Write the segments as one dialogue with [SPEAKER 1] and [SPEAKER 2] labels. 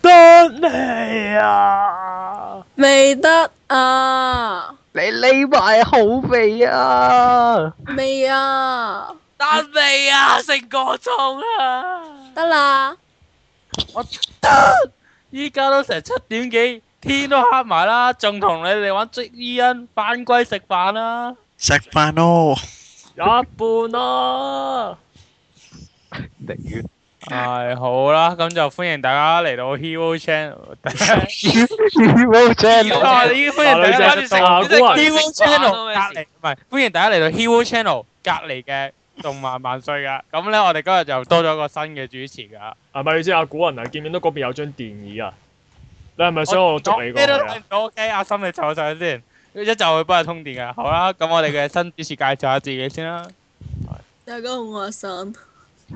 [SPEAKER 1] 得未啊？
[SPEAKER 2] 未得啊，
[SPEAKER 1] 你匿埋好未啊？
[SPEAKER 2] 未啊，
[SPEAKER 3] 得未啊？成個鐘啊！
[SPEAKER 2] 得啦，
[SPEAKER 3] 我得，依家都成七點幾，天都黑埋啦，仲同你哋玩捉伊恩班龜食飯啦，
[SPEAKER 4] 食飯咯，
[SPEAKER 3] 一半啊啦。
[SPEAKER 1] 你
[SPEAKER 3] 係好啦，咁就歡迎大家嚟到 Hero Channel。
[SPEAKER 1] Hero
[SPEAKER 3] 啊！
[SPEAKER 1] Channel
[SPEAKER 3] 你歡迎大家嚟到
[SPEAKER 5] 你真係
[SPEAKER 3] Hero
[SPEAKER 5] 食飯
[SPEAKER 3] Channel
[SPEAKER 5] 都咩事
[SPEAKER 3] 隔離，唔係歡迎大家嚟到 Hero Channel 隔離嘅動漫萬歲 噶。咁咧，我哋今日就多咗個新嘅主持噶。
[SPEAKER 5] 係咪先？阿古人啊，見唔見到嗰邊有張電椅啊？你係咪想我捉你
[SPEAKER 3] 咩
[SPEAKER 5] 過去
[SPEAKER 3] 都
[SPEAKER 5] 啊
[SPEAKER 3] 睇？唔到，OK？阿森你坐上去先，一就會幫佢通電噶。好啦，咁我哋嘅新主持介紹下自己先啦。
[SPEAKER 2] 大家好，我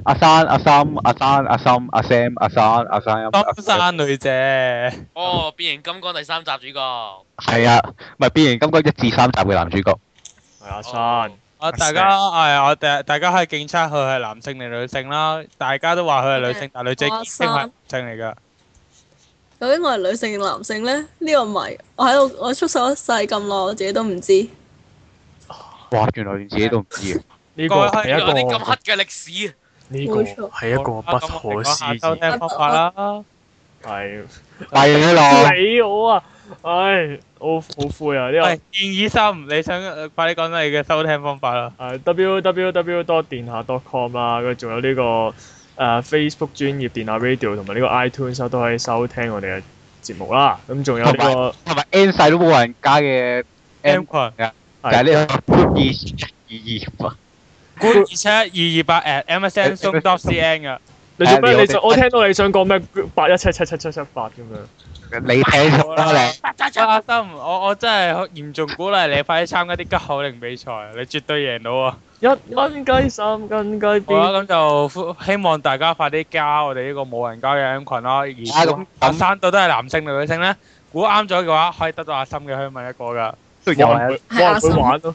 [SPEAKER 2] 阿神，
[SPEAKER 1] 阿生阿心阿生阿心阿 Sam 阿生阿生阿
[SPEAKER 3] 金山女姐，
[SPEAKER 5] 哦，變形金剛第三集主角係
[SPEAKER 1] 係啊，咪變形金剛一至三集嘅男主角。
[SPEAKER 5] 阿生，
[SPEAKER 3] 啊大家係我哋大家可以競猜佢係男性定女性啦。大家都話佢係女性，但係女仔已經係男性嚟噶。
[SPEAKER 2] 究竟我係女性定男性咧？呢個唔係，我喺度我出手一世咁耐，我自己都唔知。
[SPEAKER 1] 哇！原來連自己都唔知啊！
[SPEAKER 5] 呢個係
[SPEAKER 3] 哦有
[SPEAKER 5] 一
[SPEAKER 6] 啲咁黑
[SPEAKER 5] 個
[SPEAKER 6] 嘅歷史，
[SPEAKER 5] 呢
[SPEAKER 2] 冇錯
[SPEAKER 5] 個
[SPEAKER 6] 係一個不
[SPEAKER 3] 啊咁我
[SPEAKER 6] 可
[SPEAKER 3] 哋
[SPEAKER 6] 思
[SPEAKER 3] 講下收
[SPEAKER 6] 議。
[SPEAKER 3] 聽方法啦。
[SPEAKER 5] 係
[SPEAKER 1] 咪咯，
[SPEAKER 5] 死我啊！唉，我好灰啊！呢
[SPEAKER 3] 喂，建議三，你想呃快啲講你嘅收聽方法啦。
[SPEAKER 5] 個誒 www 多電下 .com 啦，佢仲有呢個誒 Facebook 專業電下 Radio 同埋呢個 iTunes 啊都可以收聽我哋嘅節目啦。咁仲有呢
[SPEAKER 1] 同
[SPEAKER 5] 個
[SPEAKER 1] 同埋 N 世都冇人加嘅
[SPEAKER 3] M
[SPEAKER 1] M
[SPEAKER 3] 群二
[SPEAKER 1] 就係呢個二二二
[SPEAKER 3] 二七二二八 at MSN s o dot cn 嘅。
[SPEAKER 5] 你做
[SPEAKER 1] 誒
[SPEAKER 5] 咩？
[SPEAKER 1] 你
[SPEAKER 5] 你想我
[SPEAKER 1] 我哋
[SPEAKER 5] 聽到你想講咩？八一七七七七七八咁樣。
[SPEAKER 1] 你睇錯啦你。
[SPEAKER 3] 阿心，我我真係嚴重鼓勵你快啲參加啲吉口令比賽，你絕對贏到啊！
[SPEAKER 5] 一蚊雞三斤雞
[SPEAKER 3] 好
[SPEAKER 5] 邊？
[SPEAKER 3] 啦，咁就呼希望大家快啲加我哋呢個冇人加嘅 M 群啦。
[SPEAKER 1] 啊
[SPEAKER 3] 而
[SPEAKER 1] 咁
[SPEAKER 3] 阿生到底係男性定女性咧？估啱咗嘅話，可以得到阿心嘅香吻一個噶，
[SPEAKER 1] 都有
[SPEAKER 5] 冇
[SPEAKER 1] 啊
[SPEAKER 5] 人會冇人會玩咯，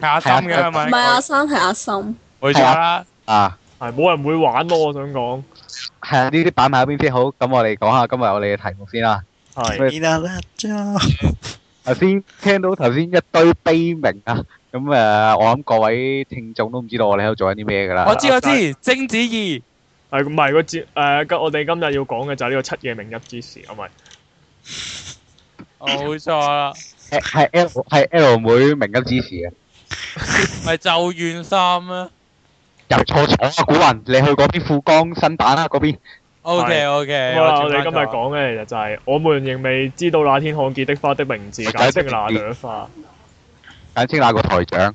[SPEAKER 3] 係阿心嘅香
[SPEAKER 2] 唔
[SPEAKER 3] 吻一
[SPEAKER 2] 係阿
[SPEAKER 3] 個，
[SPEAKER 2] 生，係阿心。
[SPEAKER 3] 冇錯啦。
[SPEAKER 1] 啊，
[SPEAKER 5] 係冇人會玩咯。我想講
[SPEAKER 1] 係啊，呢啲擺埋一邊先好。咁我哋講下今日我哋嘅題目先啦。
[SPEAKER 5] 係
[SPEAKER 1] 喂
[SPEAKER 4] 你啦啦咗，
[SPEAKER 1] 頭先聽到頭先一堆悲鳴啊，咁誒，我諗各位聽眾都唔知道我哋喺度做緊啲咩㗎啦。
[SPEAKER 3] 我知我知，貞子二。
[SPEAKER 5] 係唔係個節誒？今我哋今日要講嘅就係呢個七夜明日之時，啊咪
[SPEAKER 3] 冇錯啦，
[SPEAKER 1] 係係 L 係 L 妹明金支持嘅，
[SPEAKER 3] 咪就怨三啦。
[SPEAKER 1] 入錯廠啊！古雲，你去嗰邊富江新版啦，嗰邊
[SPEAKER 3] O K O
[SPEAKER 5] 咁
[SPEAKER 3] K，
[SPEAKER 5] 好啦，我哋今日講嘅其實就係我們仍未知道那天看見的花的名字，解釋那朵花。
[SPEAKER 1] 簡稱那個台長。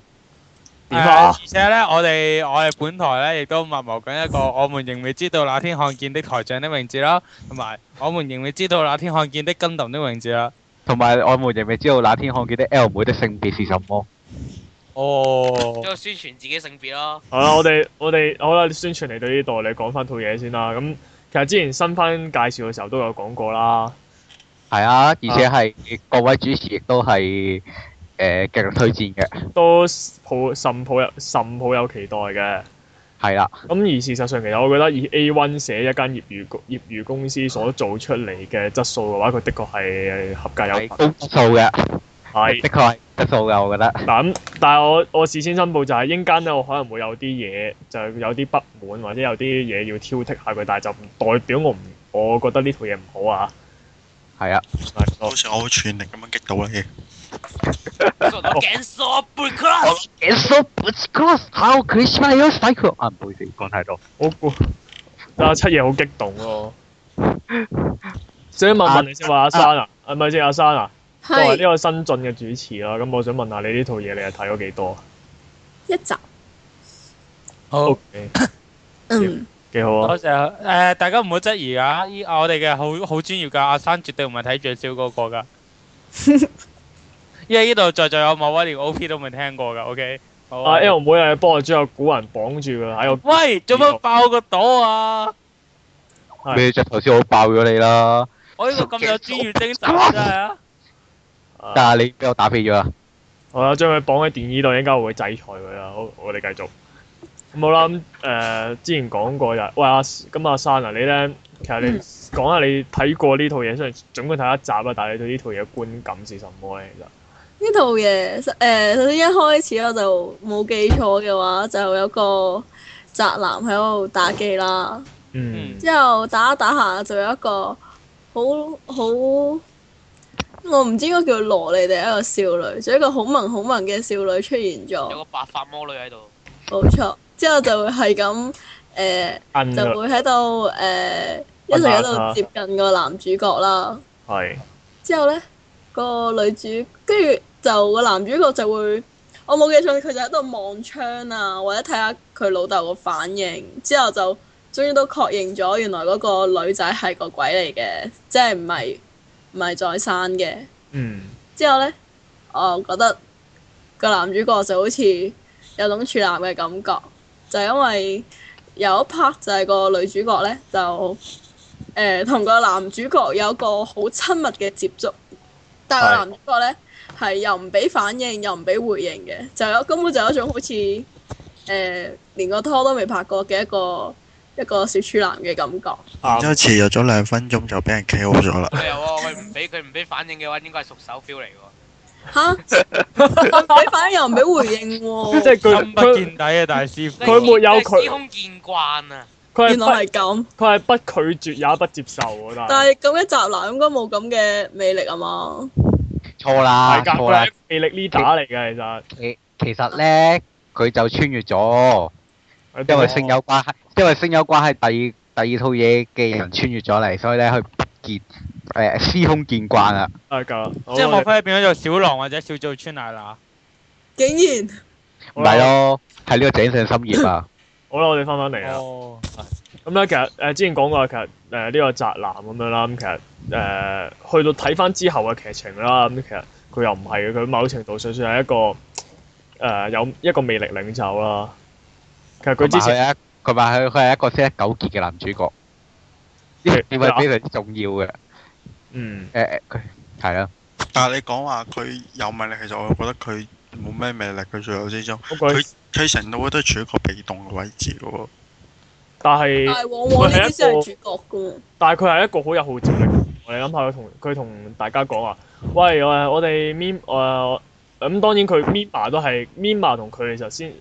[SPEAKER 5] 點啊
[SPEAKER 3] 而且咧，我哋我哋本台咧，亦都密謀緊一個，我們仍未知道那天看見的台長的名字啦，同埋我們仍未知道那天看見的根頓的名字啦。
[SPEAKER 1] 同埋我們仍未知道那天看見的 L 妹的性別是什麼。
[SPEAKER 3] 哦
[SPEAKER 5] 哦
[SPEAKER 6] 喺，度宣傳自己性別咯。
[SPEAKER 5] 好啦，我哋我哋好啦，宣傳嚟到呢度，你講翻套嘢先啦。咁其實之前新番介紹嘅時候都有講過啦，
[SPEAKER 1] 係啊，而且係各位主持亦都係誒極力推薦嘅，
[SPEAKER 5] 都抱甚抱有甚抱有期待嘅。
[SPEAKER 1] 係啦，
[SPEAKER 5] 咁而事實上，其實我覺得以 A One 寫一間業餘公業餘公司所做出嚟嘅質素嘅話，佢的確係合格有
[SPEAKER 1] 係高質素嘅，
[SPEAKER 5] 係
[SPEAKER 1] 的確係質素嘅，我覺得。
[SPEAKER 5] 嗱咁，但係我我事先申報就係英間咧，我可能會有啲嘢就係有啲不滿，或者有啲嘢要挑剔下佢，但係就唔代表我唔，我覺得呢套嘢唔好啊。
[SPEAKER 1] 係啊，
[SPEAKER 5] 係
[SPEAKER 4] 好似我好全力咁樣擊到你。
[SPEAKER 6] 我
[SPEAKER 5] 哦
[SPEAKER 6] 頸鎖半 cross，
[SPEAKER 1] so much cross how Krishna your cycle 啊，唔好意思，講太多。
[SPEAKER 5] 我估啊七爺好激動咯、想問問你先話阿生啊，係咪先阿生啊？作為呢
[SPEAKER 2] 係
[SPEAKER 5] 個新進嘅主持啦，咁我想問下你呢套嘢你係睇咗幾多
[SPEAKER 2] 一集，
[SPEAKER 3] 好
[SPEAKER 5] ？O，K，
[SPEAKER 2] 嗯，
[SPEAKER 5] 幾好啊！
[SPEAKER 3] 多謝誒，大家唔好質疑啊！依我哋嘅好好專業㗎，阿生絕對唔係睇最少嗰個㗎，因為呢度在座有某位連 O P 都未聽過㗎。O K，好
[SPEAKER 5] 啊 L 妹又幫我將個古人綁住㗎喺個
[SPEAKER 3] 喂，做乜爆個朵啊？
[SPEAKER 5] 係
[SPEAKER 1] 你隻頭先好爆咗你啦，
[SPEAKER 3] 我呢個咁有專業精神真係啊！
[SPEAKER 5] 啊，
[SPEAKER 1] 但係你俾我打飛咗啦。
[SPEAKER 5] 好啦，將佢綁喺電椅度，應該我會制裁佢啦。好，我哋呃繼續。咁好啦，咁誒、之前講過就係，喂阿咁阿生啊，你咧其實你
[SPEAKER 2] 嗯
[SPEAKER 5] 講下你睇過呢套嘢，雖然總共睇一集啦，但係你對呢套嘢嘅觀感是什麼咧？其實
[SPEAKER 2] 呢套嘢誒、呃首先一開始我就冇記錯嘅話，就有個宅男喺度打機啦。
[SPEAKER 5] 嗯
[SPEAKER 3] 嗯
[SPEAKER 2] 之後打一打下就有一個好好，我唔知應該叫羅莉定係一個少女，就一個好萌好萌嘅少女出現
[SPEAKER 6] 有
[SPEAKER 5] 哦
[SPEAKER 2] 咗，
[SPEAKER 6] 個白髮魔女喺度，
[SPEAKER 2] 冇錯。之後就會係咁誒，
[SPEAKER 5] 摁
[SPEAKER 2] 就
[SPEAKER 5] 啦，
[SPEAKER 2] 會喺度誒一直喺度接近個男主角啦。
[SPEAKER 5] 係
[SPEAKER 2] 之後咧個女主，跟住就個男主角就會，我冇記錯，佢就喺度望窗啊，或者睇下佢老豆個反應。之後就終於都確認咗，原來嗰個女仔係個鬼嚟嘅，即係唔係唔係再生嘅。
[SPEAKER 5] 嗯
[SPEAKER 2] 之後咧，我覺得呃個男主角就好似有種處男嘅感覺，就係因為有一 part 就係個女主角咧就誒同、個男主角有一個好親密嘅接觸，但係個
[SPEAKER 5] 係
[SPEAKER 2] 男主角咧係又唔俾反應，又唔俾回應嘅，就有根本就有一種好似誒、呃、連個拖都未拍過嘅一個一個小處男嘅感覺。
[SPEAKER 5] 啊
[SPEAKER 4] 然之後遲咗咗兩分鐘就俾人 KO 咗啦。
[SPEAKER 6] 佢又喎， 佢唔俾佢唔俾反應嘅話，應該係熟手 feel 嚟喎。
[SPEAKER 2] 吓，又唔俾反應，又唔俾回應喎、
[SPEAKER 5] 即係佢
[SPEAKER 3] 深不
[SPEAKER 5] 佢
[SPEAKER 3] 見底啊，大師傅。
[SPEAKER 5] 佢沒有佢
[SPEAKER 6] 司空見慣啊，
[SPEAKER 5] 佢係
[SPEAKER 2] 原來
[SPEAKER 5] 不
[SPEAKER 2] 係咁。
[SPEAKER 5] 佢係不拒絕也不接受喎，但係
[SPEAKER 2] 但係咁嘅宅男應該冇咁嘅魅力啊嘛。
[SPEAKER 1] 錯啦，
[SPEAKER 5] 係㗎，
[SPEAKER 1] 錯
[SPEAKER 5] 佢
[SPEAKER 1] 啦
[SPEAKER 5] 係。魅力 leader 嚟嘅，其實
[SPEAKER 1] 其其實咧，佢就穿越咗，因
[SPEAKER 5] 啊
[SPEAKER 1] 為聲優關係，因為聲優關係第二第二套嘢嘅人穿越咗嚟，所以咧佢不見誒 司空見慣啊啦。
[SPEAKER 5] 係㗎，好啊
[SPEAKER 3] 即係
[SPEAKER 5] 我
[SPEAKER 3] 莫
[SPEAKER 5] 哋
[SPEAKER 3] 非變咗做小狼或者小啊做穿奶乸？
[SPEAKER 2] 竟然
[SPEAKER 1] 唔係咯，係呢個井上心葉啊。
[SPEAKER 5] 好啦，我哋翻返嚟啦。
[SPEAKER 3] 哦，
[SPEAKER 5] 咁咧，其實誒、呃之前講過，其實誒呢、個宅男咁樣啦，咁其實誒、呃去到睇翻之後嘅劇情啦，咁其實佢又唔係嘅，佢某程度上算係一個誒、呃有一個魅力領袖啦。其實佢
[SPEAKER 1] 佢
[SPEAKER 5] 之
[SPEAKER 1] 之
[SPEAKER 5] 前
[SPEAKER 1] 前一，佢話佢佢係一個識得糾結嘅男主角，呢
[SPEAKER 5] 係
[SPEAKER 1] 點係非常之重要嘅。
[SPEAKER 5] 嗯
[SPEAKER 1] 誒誒，佢係啦，
[SPEAKER 4] 但係你講話佢有魅力，其實我覺得佢冇咩魅力。佢最後之中，
[SPEAKER 5] 嗰個
[SPEAKER 4] 佢佢成套都係處於一個被動嘅位置嘅喎。
[SPEAKER 5] 但
[SPEAKER 2] 但
[SPEAKER 5] 係
[SPEAKER 2] 係往往呢啲先係主角噶嘛。
[SPEAKER 5] 但係佢係一個好有號召力嘅人。我哋諗下佢同佢同大家講啊話，喂誒、我哋 Mim 誒咁、當然佢 Mima 都係 Mima 同佢哋就先，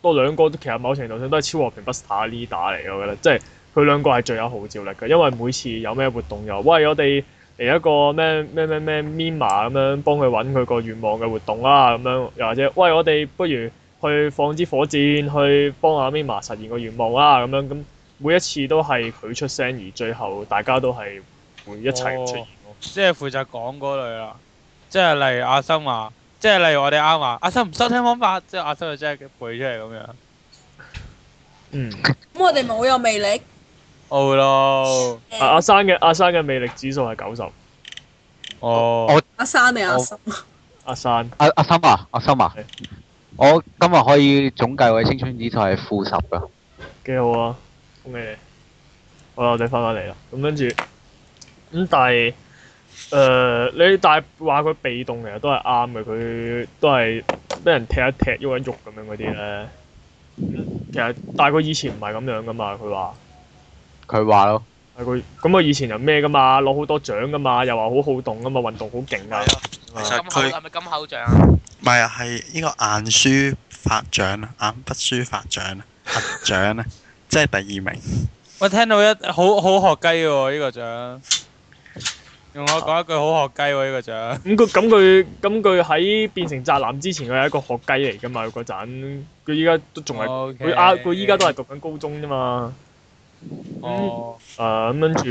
[SPEAKER 5] 都兩個都其實某程度上都係超和平不打 leader 嚟嘅，我覺得即係佢兩個係最有號召力嘅，因為每次有咩活動又喂我哋嚟一個咩咩咩咩 Mima 咁樣幫佢揾佢個願望嘅活動啦，咁樣又或者喂我哋不如去放支火箭去幫阿 Mima 實現個願望啦，咁樣咁每一次都係佢出聲，而最後大家都係會一齊出現咯。
[SPEAKER 3] 即係負責講嗰類啦。即係例如阿森話，即係例如我哋啱話，阿森唔收聽方法，即係阿森就真係背出嚟咁樣。
[SPEAKER 5] 嗯，
[SPEAKER 2] 咁我哋冇有魅力。
[SPEAKER 3] 哦咯，
[SPEAKER 5] 啊阿阿生嘅阿生嘅魅力指數係九十，
[SPEAKER 3] 哦，
[SPEAKER 2] 阿生定阿生？
[SPEAKER 5] 阿生
[SPEAKER 1] 阿阿森啊，阿森啊
[SPEAKER 5] 係，
[SPEAKER 1] 我今日可以總計我嘅青春指數係負十噶。
[SPEAKER 5] 幾好啊，恭喜你！好啦，我哋翻返嚟啦，咁跟住咁，但係誒、呃你但係話佢被動其實都係啱嘅，佢都係俾人踢一踢、喐一喐咁樣嗰啲咧。咁其實但係佢以前唔係咁樣噶嘛，佢話。
[SPEAKER 1] 佢話咯，
[SPEAKER 5] 係佢咁佢以前又咩噶嘛，攞好多獎噶嘛，又話好好動噶嘛，運動好勁
[SPEAKER 6] 係
[SPEAKER 5] 啊
[SPEAKER 6] 啊，
[SPEAKER 5] 啊
[SPEAKER 4] 其實
[SPEAKER 6] 金口
[SPEAKER 4] 佢
[SPEAKER 6] 係咪金口獎啊？
[SPEAKER 4] 唔係啊，係呢個硬書法獎啊，硬筆書法獎啊，核獎啊，即係第二名。
[SPEAKER 3] 我聽到一好好學雞喎呢個獎。用我講一句好學雞喎呢個獎。
[SPEAKER 5] 咁佢咁佢咁佢喺變成宅男之前，佢係一個學雞嚟噶嘛，嗰陣佢依家都仲係佢啊，佢依家都係讀緊高中啫嘛。
[SPEAKER 3] 哦，
[SPEAKER 5] 誒咁跟住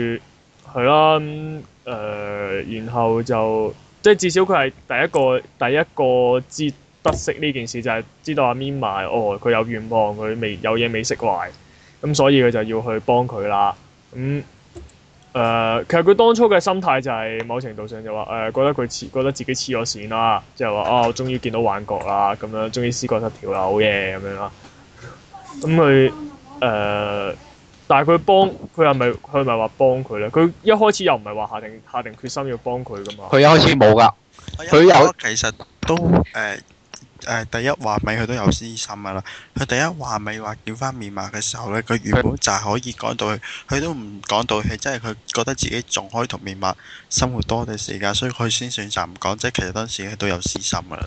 [SPEAKER 5] 係啦，咁誒然後就即係至少佢係第一個第一個知得悉呢件事，就係知道阿 Mima 哦，佢有願望，佢未有嘢未釋懷，咁所以佢就要去幫佢啦。咁、誒、其實佢當初嘅心態就係某程度上就話誒、呃覺得佢黐覺得自己黐咗線啦，即係話啊，我終於見到幻覺啦，咁樣終於思覺失調啦，好嘢咁樣啦。咁佢誒，但係佢幫佢係咪佢係咪話幫佢咧？佢一開始又唔係話下定下定決心要幫佢噶嘛？
[SPEAKER 1] 佢一開始冇噶，佢有
[SPEAKER 4] 我其實都誒、誒第一話尾佢都有私心噶啦。佢第一話尾話叫翻面麻嘅時候咧，佢原本就係可以講到去，佢都唔講到氣，即係佢覺得自己仲可以同面麻生活多啲時間，所以佢先選擇唔講。即係其實當時佢都有私心噶啦。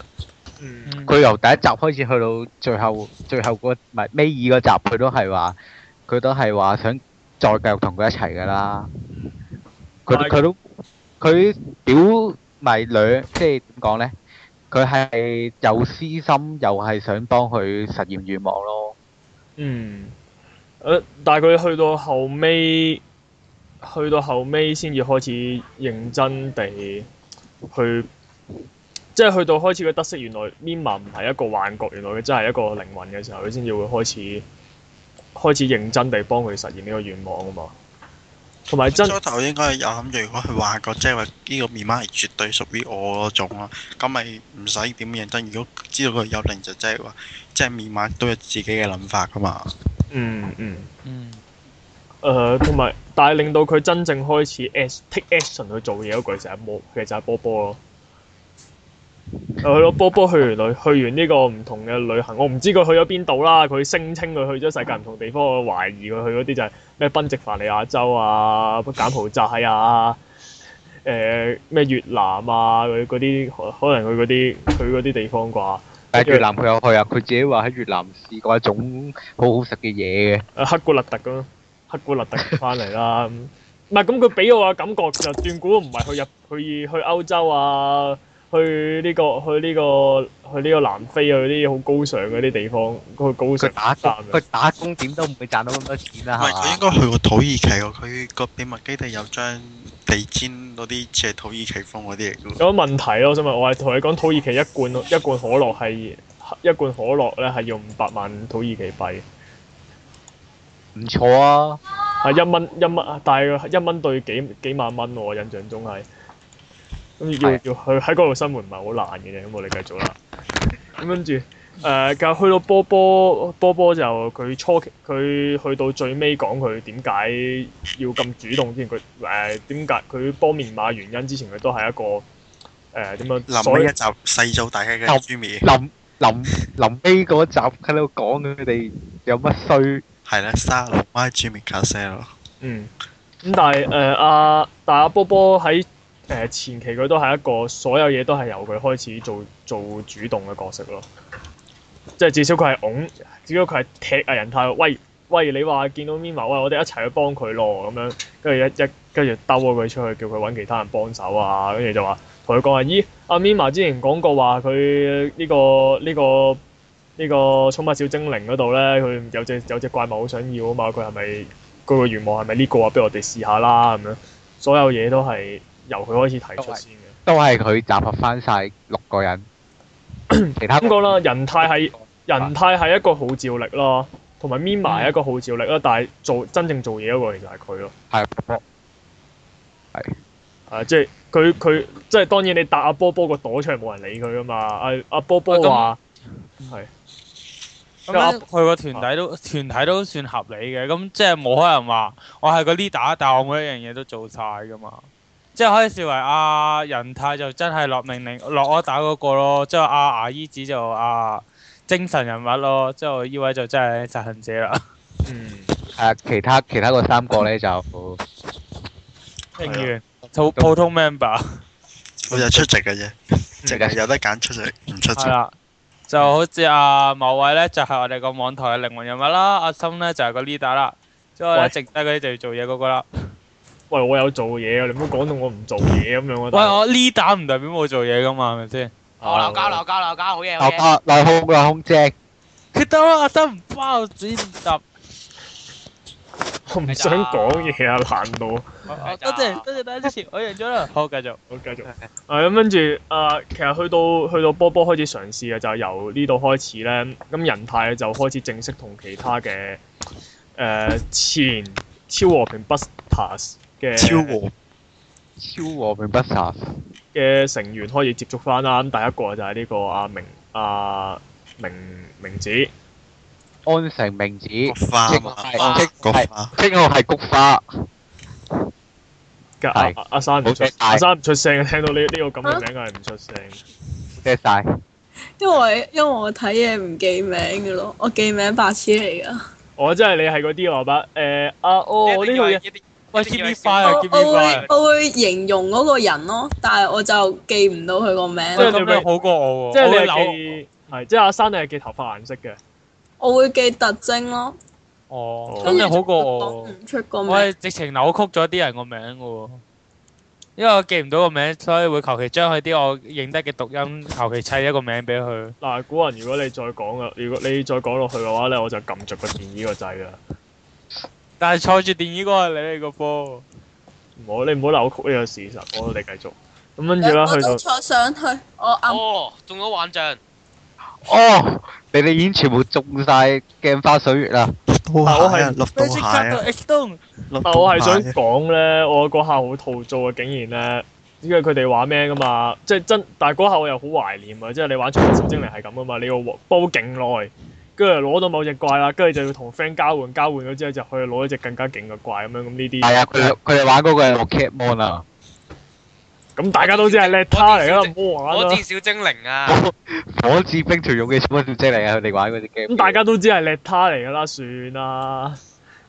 [SPEAKER 5] 嗯，
[SPEAKER 1] 佢由第一集開始去到最後，最後嗰唔係尾二嗰集，佢都係話，佢都係話想再繼續同佢一齊噶啦。佢
[SPEAKER 5] 但係
[SPEAKER 1] 佢都佢屌咪兩，即係點講咧？佢係有私心，又係想幫佢實現願望咯。
[SPEAKER 5] 嗯，誒、但係佢去到後尾，去到後尾先至開始認真地去，即係去到開始佢得悉原來 Mima 唔係一個幻覺，原來佢真係一個靈魂嘅時候，佢先至會開始開始認真地幫佢實現呢個願望啊嘛。同埋真
[SPEAKER 4] 初頭應該有諗住，如果佢話過，即係話呢個面媽係絕對屬於我嗰種咯，咁咪唔使點認真。如果知道佢有靈，就即係話，即係面媽都有自己嘅諗法噶嘛。
[SPEAKER 5] 嗯嗯
[SPEAKER 3] 嗯，
[SPEAKER 5] 誒，呃同埋、但係令到佢真正開始 act- take action 去做嘢嗰個就係波，其實就係波波咯。呃係咯，波波去完旅，去完呢個唔同嘅旅行，我唔知佢去咗邊度啦。佢聲稱佢去咗世界唔同地方，我懷疑佢去嗰啲就係咩賓夕凡尼亞州啊、柬埔寨啊、誒、咩越南啊嗰嗰啲，可可能佢嗰啲佢嗰啲地方啩。
[SPEAKER 1] 但係越南佢有去啊，佢自己話喺越南試過一種好好食嘅嘢嘅。
[SPEAKER 5] 誒黑古勒特咁咯，黑古勒特翻嚟啦。咁唔係咁，佢俾我嘅感覺就斷估唔係去日去去歐洲啊，去呢、個去呢、個去呢個南非啊嗰啲好高尚嗰啲地方，嗰個高尚
[SPEAKER 1] 佢打工
[SPEAKER 5] 嘅
[SPEAKER 1] 佢打工點都唔會賺到咁多錢啦，
[SPEAKER 4] 唔係佢
[SPEAKER 1] 係
[SPEAKER 4] 應
[SPEAKER 1] 嘛？
[SPEAKER 4] 該去過土耳其喎，佢個秘密基地有張地氈嗰啲似係土耳其風嗰啲嚟嘅喎。
[SPEAKER 5] 有乜問題咯？我想問，我係同你講土耳其一罐一罐可樂係一罐可樂咧係要五百萬土耳其幣，
[SPEAKER 1] 唔錯啊！
[SPEAKER 5] 係一蚊一蚊，但係一蚊對幾幾萬蚊喎，我印象中係。咁要
[SPEAKER 1] 係
[SPEAKER 5] 要去喺嗰度生活唔係好難嘅啫，咁我哋繼續啦。咁跟住誒，呃咁、去到波波波波就佢初期佢去到最尾講佢點解要咁主動之前，佢誒點解佢幫面馬原因之前，佢都係一個誒點、樣
[SPEAKER 4] 臨
[SPEAKER 5] 所
[SPEAKER 4] 尾
[SPEAKER 5] 以
[SPEAKER 4] 一集細組大家嘅
[SPEAKER 1] 就
[SPEAKER 4] Jimmy
[SPEAKER 1] 臨臨臨尾嗰集喺度講佢哋有乜衰，
[SPEAKER 4] 係啦，沙龍 Y Jimmy 卡西咯。
[SPEAKER 5] 嗯咁，但係誒阿但係阿波波喺誒、呃前期佢都係一個所有嘢都係由佢開始做做主動嘅角色咯，即係至少佢係拱，至少佢係踢啊人太喂喂，你話見到 Mima，喂我哋一齊去幫佢咯咁樣，跟住一一跟住兜咗佢出去，叫佢揾其他人幫手啊，跟住就話同佢講話，咦阿 Mima 之前講過話佢呢個呢、個。呢個寵物小精靈嗰度咧，佢有隻有隻怪物好想要啊嘛，佢係咪佢個願望係咪呢個啊？俾我哋試下啦咁樣，所有嘢都係由佢開始提出先嘅。
[SPEAKER 1] 都係佢集合翻晒六個人，其他
[SPEAKER 5] 咁講啦，人太係人太係一個號召力啦，同埋 Mima 係一個號召力啦，但係做真正做嘢嗰個其實係佢咯。
[SPEAKER 1] 係
[SPEAKER 5] 啊，即係佢佢即係當然你搭阿波波個朵出嚟冇人理佢噶嘛。阿、阿波波話係
[SPEAKER 3] 咁咧佢個
[SPEAKER 5] 啊
[SPEAKER 3] 團體都團體都算合理嘅，咁即係冇可能話我係個 leader，但我每一樣嘢都做晒噶嘛。即係可以視為啊仁泰就真係落命令落 order 嗰個咯，即係阿牙醫啊子就啊精神人物咯，之後呢位就真係實行者啦。
[SPEAKER 5] 嗯
[SPEAKER 1] 誒其他其他嗰三個咧就
[SPEAKER 5] 係
[SPEAKER 3] 成
[SPEAKER 5] 啊
[SPEAKER 3] 員普普通 member
[SPEAKER 4] 佢就出席嘅啫，淨係有得揀出席唔出席
[SPEAKER 3] 係。
[SPEAKER 5] 啊
[SPEAKER 3] 啦，就好似阿某位咧就係我哋個網台嘅靈魂人物啦，阿森咧就係個 leader 啦，之後
[SPEAKER 5] 喂
[SPEAKER 3] 咧剩低嗰啲就要做嘢嗰個啦。
[SPEAKER 5] 喂，我有做嘢啊！你唔好講到我唔做嘢咁樣啊！
[SPEAKER 3] 喂，我 leader 唔代表冇做嘢噶嘛，係咪先？
[SPEAKER 5] 哦
[SPEAKER 6] 我哦鬧交鬧交鬧交，好嘢好
[SPEAKER 1] 內
[SPEAKER 6] 嘢。
[SPEAKER 1] 啊內控內控啫，
[SPEAKER 3] 佢得啦，阿森唔包剪輯。
[SPEAKER 5] 我唔想講嘢啊，難到。啊
[SPEAKER 3] 哦多謝多謝大家支持，我贏咗啦。好，繼續。
[SPEAKER 5] 好，繼續。係咁跟住啊，其實去到去到波波開始嘗試嘅，就係由呢度開始咧。咁人太就開始正式同其他嘅誒、呃前超和平 Busters 嘅
[SPEAKER 4] 超和
[SPEAKER 1] 超和平不殺，
[SPEAKER 5] 嘅成員開始接觸翻啦。咁第一個就係呢個阿明阿明明子，
[SPEAKER 1] 安城明子，
[SPEAKER 4] 菊
[SPEAKER 1] 稱
[SPEAKER 4] 花
[SPEAKER 1] 號
[SPEAKER 4] 嘛，
[SPEAKER 1] 係
[SPEAKER 4] 菊
[SPEAKER 1] 稱係
[SPEAKER 4] 花
[SPEAKER 1] 稱號係菊花，
[SPEAKER 5] 嘅阿
[SPEAKER 1] 係
[SPEAKER 5] 阿阿生唔出
[SPEAKER 1] 好嘅
[SPEAKER 5] 阿生唔出聲，聽到呢呢個咁嘅名係唔出聲。
[SPEAKER 1] 謝晒。
[SPEAKER 2] 因為因為我睇嘢唔記名嘅咯，我記名白痴嚟噶。
[SPEAKER 5] 我真係你係嗰啲蘿蔔誒啊！哦，我呢套嘢
[SPEAKER 3] 喂
[SPEAKER 6] 一定要
[SPEAKER 3] keep
[SPEAKER 6] 係
[SPEAKER 3] it fire
[SPEAKER 2] 我
[SPEAKER 3] keep it
[SPEAKER 2] 我會
[SPEAKER 3] fire，
[SPEAKER 2] 我會形容嗰個人咯，但係我就記唔到佢個名。
[SPEAKER 5] 即係
[SPEAKER 3] 咁你好過我喎，
[SPEAKER 5] 即係你
[SPEAKER 3] 我會
[SPEAKER 5] 係
[SPEAKER 3] 扭
[SPEAKER 5] 記係即係阿生你係記頭髮顏色嘅。
[SPEAKER 2] 我會記特徵咯，
[SPEAKER 3] 哦，咁
[SPEAKER 2] 跟
[SPEAKER 3] 你
[SPEAKER 2] 住
[SPEAKER 3] 好過我
[SPEAKER 2] 講
[SPEAKER 3] 喎。
[SPEAKER 2] 唔出個
[SPEAKER 3] 我
[SPEAKER 2] 名。
[SPEAKER 3] 係直情扭曲咗啲人個名嘅喎，因為我記唔到個名，所以會求其將佢啲我認得嘅讀音求其砌一個名俾佢。
[SPEAKER 5] 嗱，古人如果你再講啊，如果你再講落去嘅話咧，我就撳着個電椅個掣啦。
[SPEAKER 3] 但係坐住電椅嗰個係你嚟個波，
[SPEAKER 5] 唔好，你唔好扭曲呢個事實。我哋繼續咁跟住啦，
[SPEAKER 2] 我
[SPEAKER 5] 去
[SPEAKER 2] 都
[SPEAKER 5] 到
[SPEAKER 2] 坐上去，我暗
[SPEAKER 6] 哦，中咗幻象，
[SPEAKER 1] 哦，你哋已經全部中晒鏡花水月啦。
[SPEAKER 4] 都
[SPEAKER 5] 但我
[SPEAKER 4] 係
[SPEAKER 5] 係
[SPEAKER 4] 啊，綠到蟹啊，綠
[SPEAKER 5] 但我係
[SPEAKER 4] 到
[SPEAKER 5] 想
[SPEAKER 4] 蟹啊。
[SPEAKER 5] 講咧，我嗰下好陶醉啊，竟然咧，因為佢哋話咩噶嘛，即係真，但係嗰下我又好懷念啊，即係你玩《寵物小精靈》係咁啊噶嘛，你要煲勁耐，跟住攞到某隻怪啦，跟住就要同 friend 交換，交換咗之後就去攞一隻更加勁嘅怪咁樣，咁呢啲
[SPEAKER 1] 係啊，佢哋佢哋玩嗰個係 Rocketmon 啊，
[SPEAKER 5] 咁大家都知係叻他嚟啦，唔好玩
[SPEAKER 6] 我
[SPEAKER 5] 啦
[SPEAKER 6] 知。小精靈 啊，
[SPEAKER 1] 火之冰條用嘅小乜小精嚟啊，佢哋玩嗰啲 game。
[SPEAKER 5] 咁大家都知係叻他嚟㗎啦，算啦。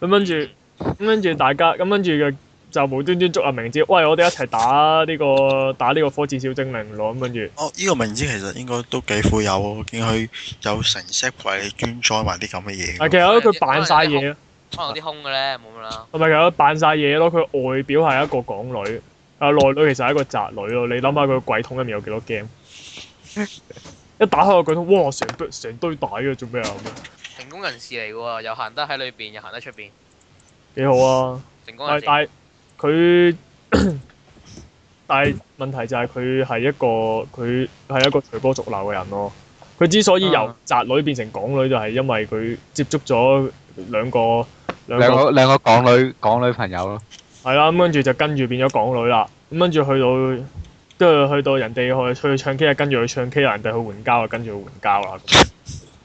[SPEAKER 5] 咁跟住，咁跟住大家，咁跟住就就無端端捉阿明知，喂，我哋一齊打呢、個打呢個科智小精靈咯。咁跟住，
[SPEAKER 4] 哦，呢、個名字其實應該都幾富有喎，我見佢有成 set 為你專 join 埋啲咁嘅嘢
[SPEAKER 5] 啊，
[SPEAKER 4] 㗎。
[SPEAKER 5] 其實佢扮晒嘢啊，
[SPEAKER 6] 可能有啲空嘅咧，冇乜啦。
[SPEAKER 5] 係咪其實佢扮晒嘢咯？佢外表係一個港女，啊內裏其實係一個宅女咯。你諗下佢櫃桶入面有幾多 game？一打開個櫃桶，哇！成堆成堆帶嘅，做咩啊？咁樣
[SPEAKER 6] 成功人士嚟嘅喎，又行得喺裏邊，又行得出邊，
[SPEAKER 5] 幾好啊！
[SPEAKER 6] 成功
[SPEAKER 5] 但
[SPEAKER 6] 人
[SPEAKER 5] 係
[SPEAKER 6] 士。
[SPEAKER 5] 但係佢， 但係問題就係佢係一個佢係一個隨波逐流嘅人咯。佢之所以由
[SPEAKER 3] 啊
[SPEAKER 5] 宅女變成港女，就係因為佢接觸咗兩個兩
[SPEAKER 1] 兩
[SPEAKER 5] 個
[SPEAKER 1] 個兩個港女港女朋友咯。
[SPEAKER 5] 係啦，咁跟住就跟住變咗港女啦。咁跟住去到，跟住去到人哋去去唱 K 啊，跟住去唱 K 啊，人哋去援交啊，跟住去援交啦。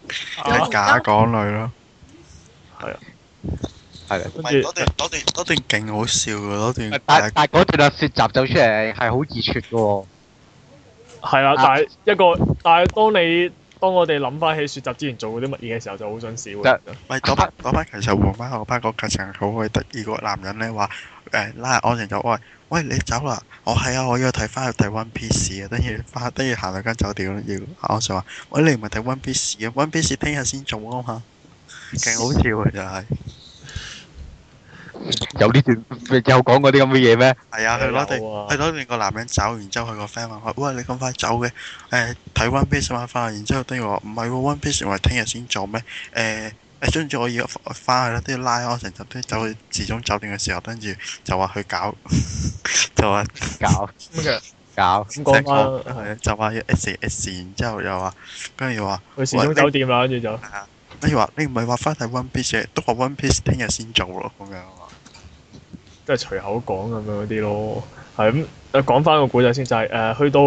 [SPEAKER 5] 咁
[SPEAKER 4] 係假
[SPEAKER 5] 啊
[SPEAKER 4] 港女咯，
[SPEAKER 1] 係啊
[SPEAKER 4] 唔
[SPEAKER 5] 跟
[SPEAKER 4] 係
[SPEAKER 5] 住
[SPEAKER 4] 嗰段嗰段嗰段勁好笑嘅嗰段，
[SPEAKER 1] 但但嗰段啊，雪集走出嚟係好易撮嘅喎。
[SPEAKER 5] 係啦，
[SPEAKER 1] 啊
[SPEAKER 5] 但係一個，但係當你當我哋諗翻起雪集之前做過啲乜嘢嘅時候，就好想笑嘅。
[SPEAKER 4] 喂，嗰班嗰班其實黃媽嗰班個劇情好鬼得意，個男人咧話誒拉安人就喂喂你走啦，我係啊，我要睇翻去睇 One Piece 啊，跟住翻跟住行到間酒店要安就話喂你唔係睇 One Piece 啊，One Piece 聽日先做啊嘛，勁好笑嘅就係、
[SPEAKER 1] 有呢段有講嗰啲咁嘅嘢咩？
[SPEAKER 4] 係啊，佢攞定
[SPEAKER 5] 有啊
[SPEAKER 4] 佢攞定個男人走，然之後佢個 friend 問佢：，喂，你咁快走嘅？誒、睇 One Piece 晚翻去，然之後跟住我話唔係喎，One Piece 唔係聽日先做咩？誒、誒，跟住我要翻去啦，都要拉我成集都要走去自中酒店嘅時候，跟住就話去搞， 就話
[SPEAKER 1] 搞
[SPEAKER 5] 咁其實
[SPEAKER 1] 搞
[SPEAKER 5] 咁講翻
[SPEAKER 4] 係啊就話要 S S，然之後又話，跟住又話，
[SPEAKER 5] 去時鐘酒店啦，跟住就
[SPEAKER 4] 跟住話你唔係話翻睇 One Piece 嘅，都話 One Piece 聽日先做咯，咁樣啊。
[SPEAKER 5] 即係隨口講咁樣嗰啲咯。係咁，誒講翻個古仔先，就係、誒、去到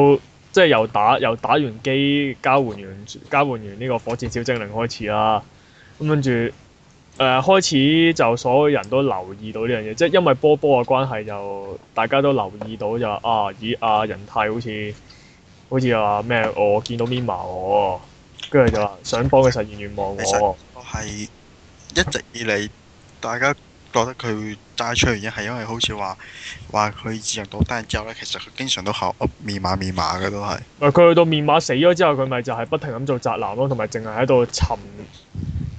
[SPEAKER 5] 即係由打由打完機交換完交換完呢個火箭小精靈開始啦。咁跟住誒開始就所有人都留意到呢樣嘢，即係因為波波嘅關係就大家都留意到就話啊，咦啊仁泰好似好似話咩我見到 Mima 喎，跟住就話想幫佢實現願望
[SPEAKER 4] 其實
[SPEAKER 5] 喎。
[SPEAKER 4] 我係一直以嚟，大家覺得佢帶出嚟嘅係因為好似話話佢自從到單之後咧，其實佢經常都哦口噏面馬面馬嘅都係。
[SPEAKER 5] 唔係佢去到面馬死咗之後，佢咪就係不停咁做宅男咯，同埋淨係喺度沉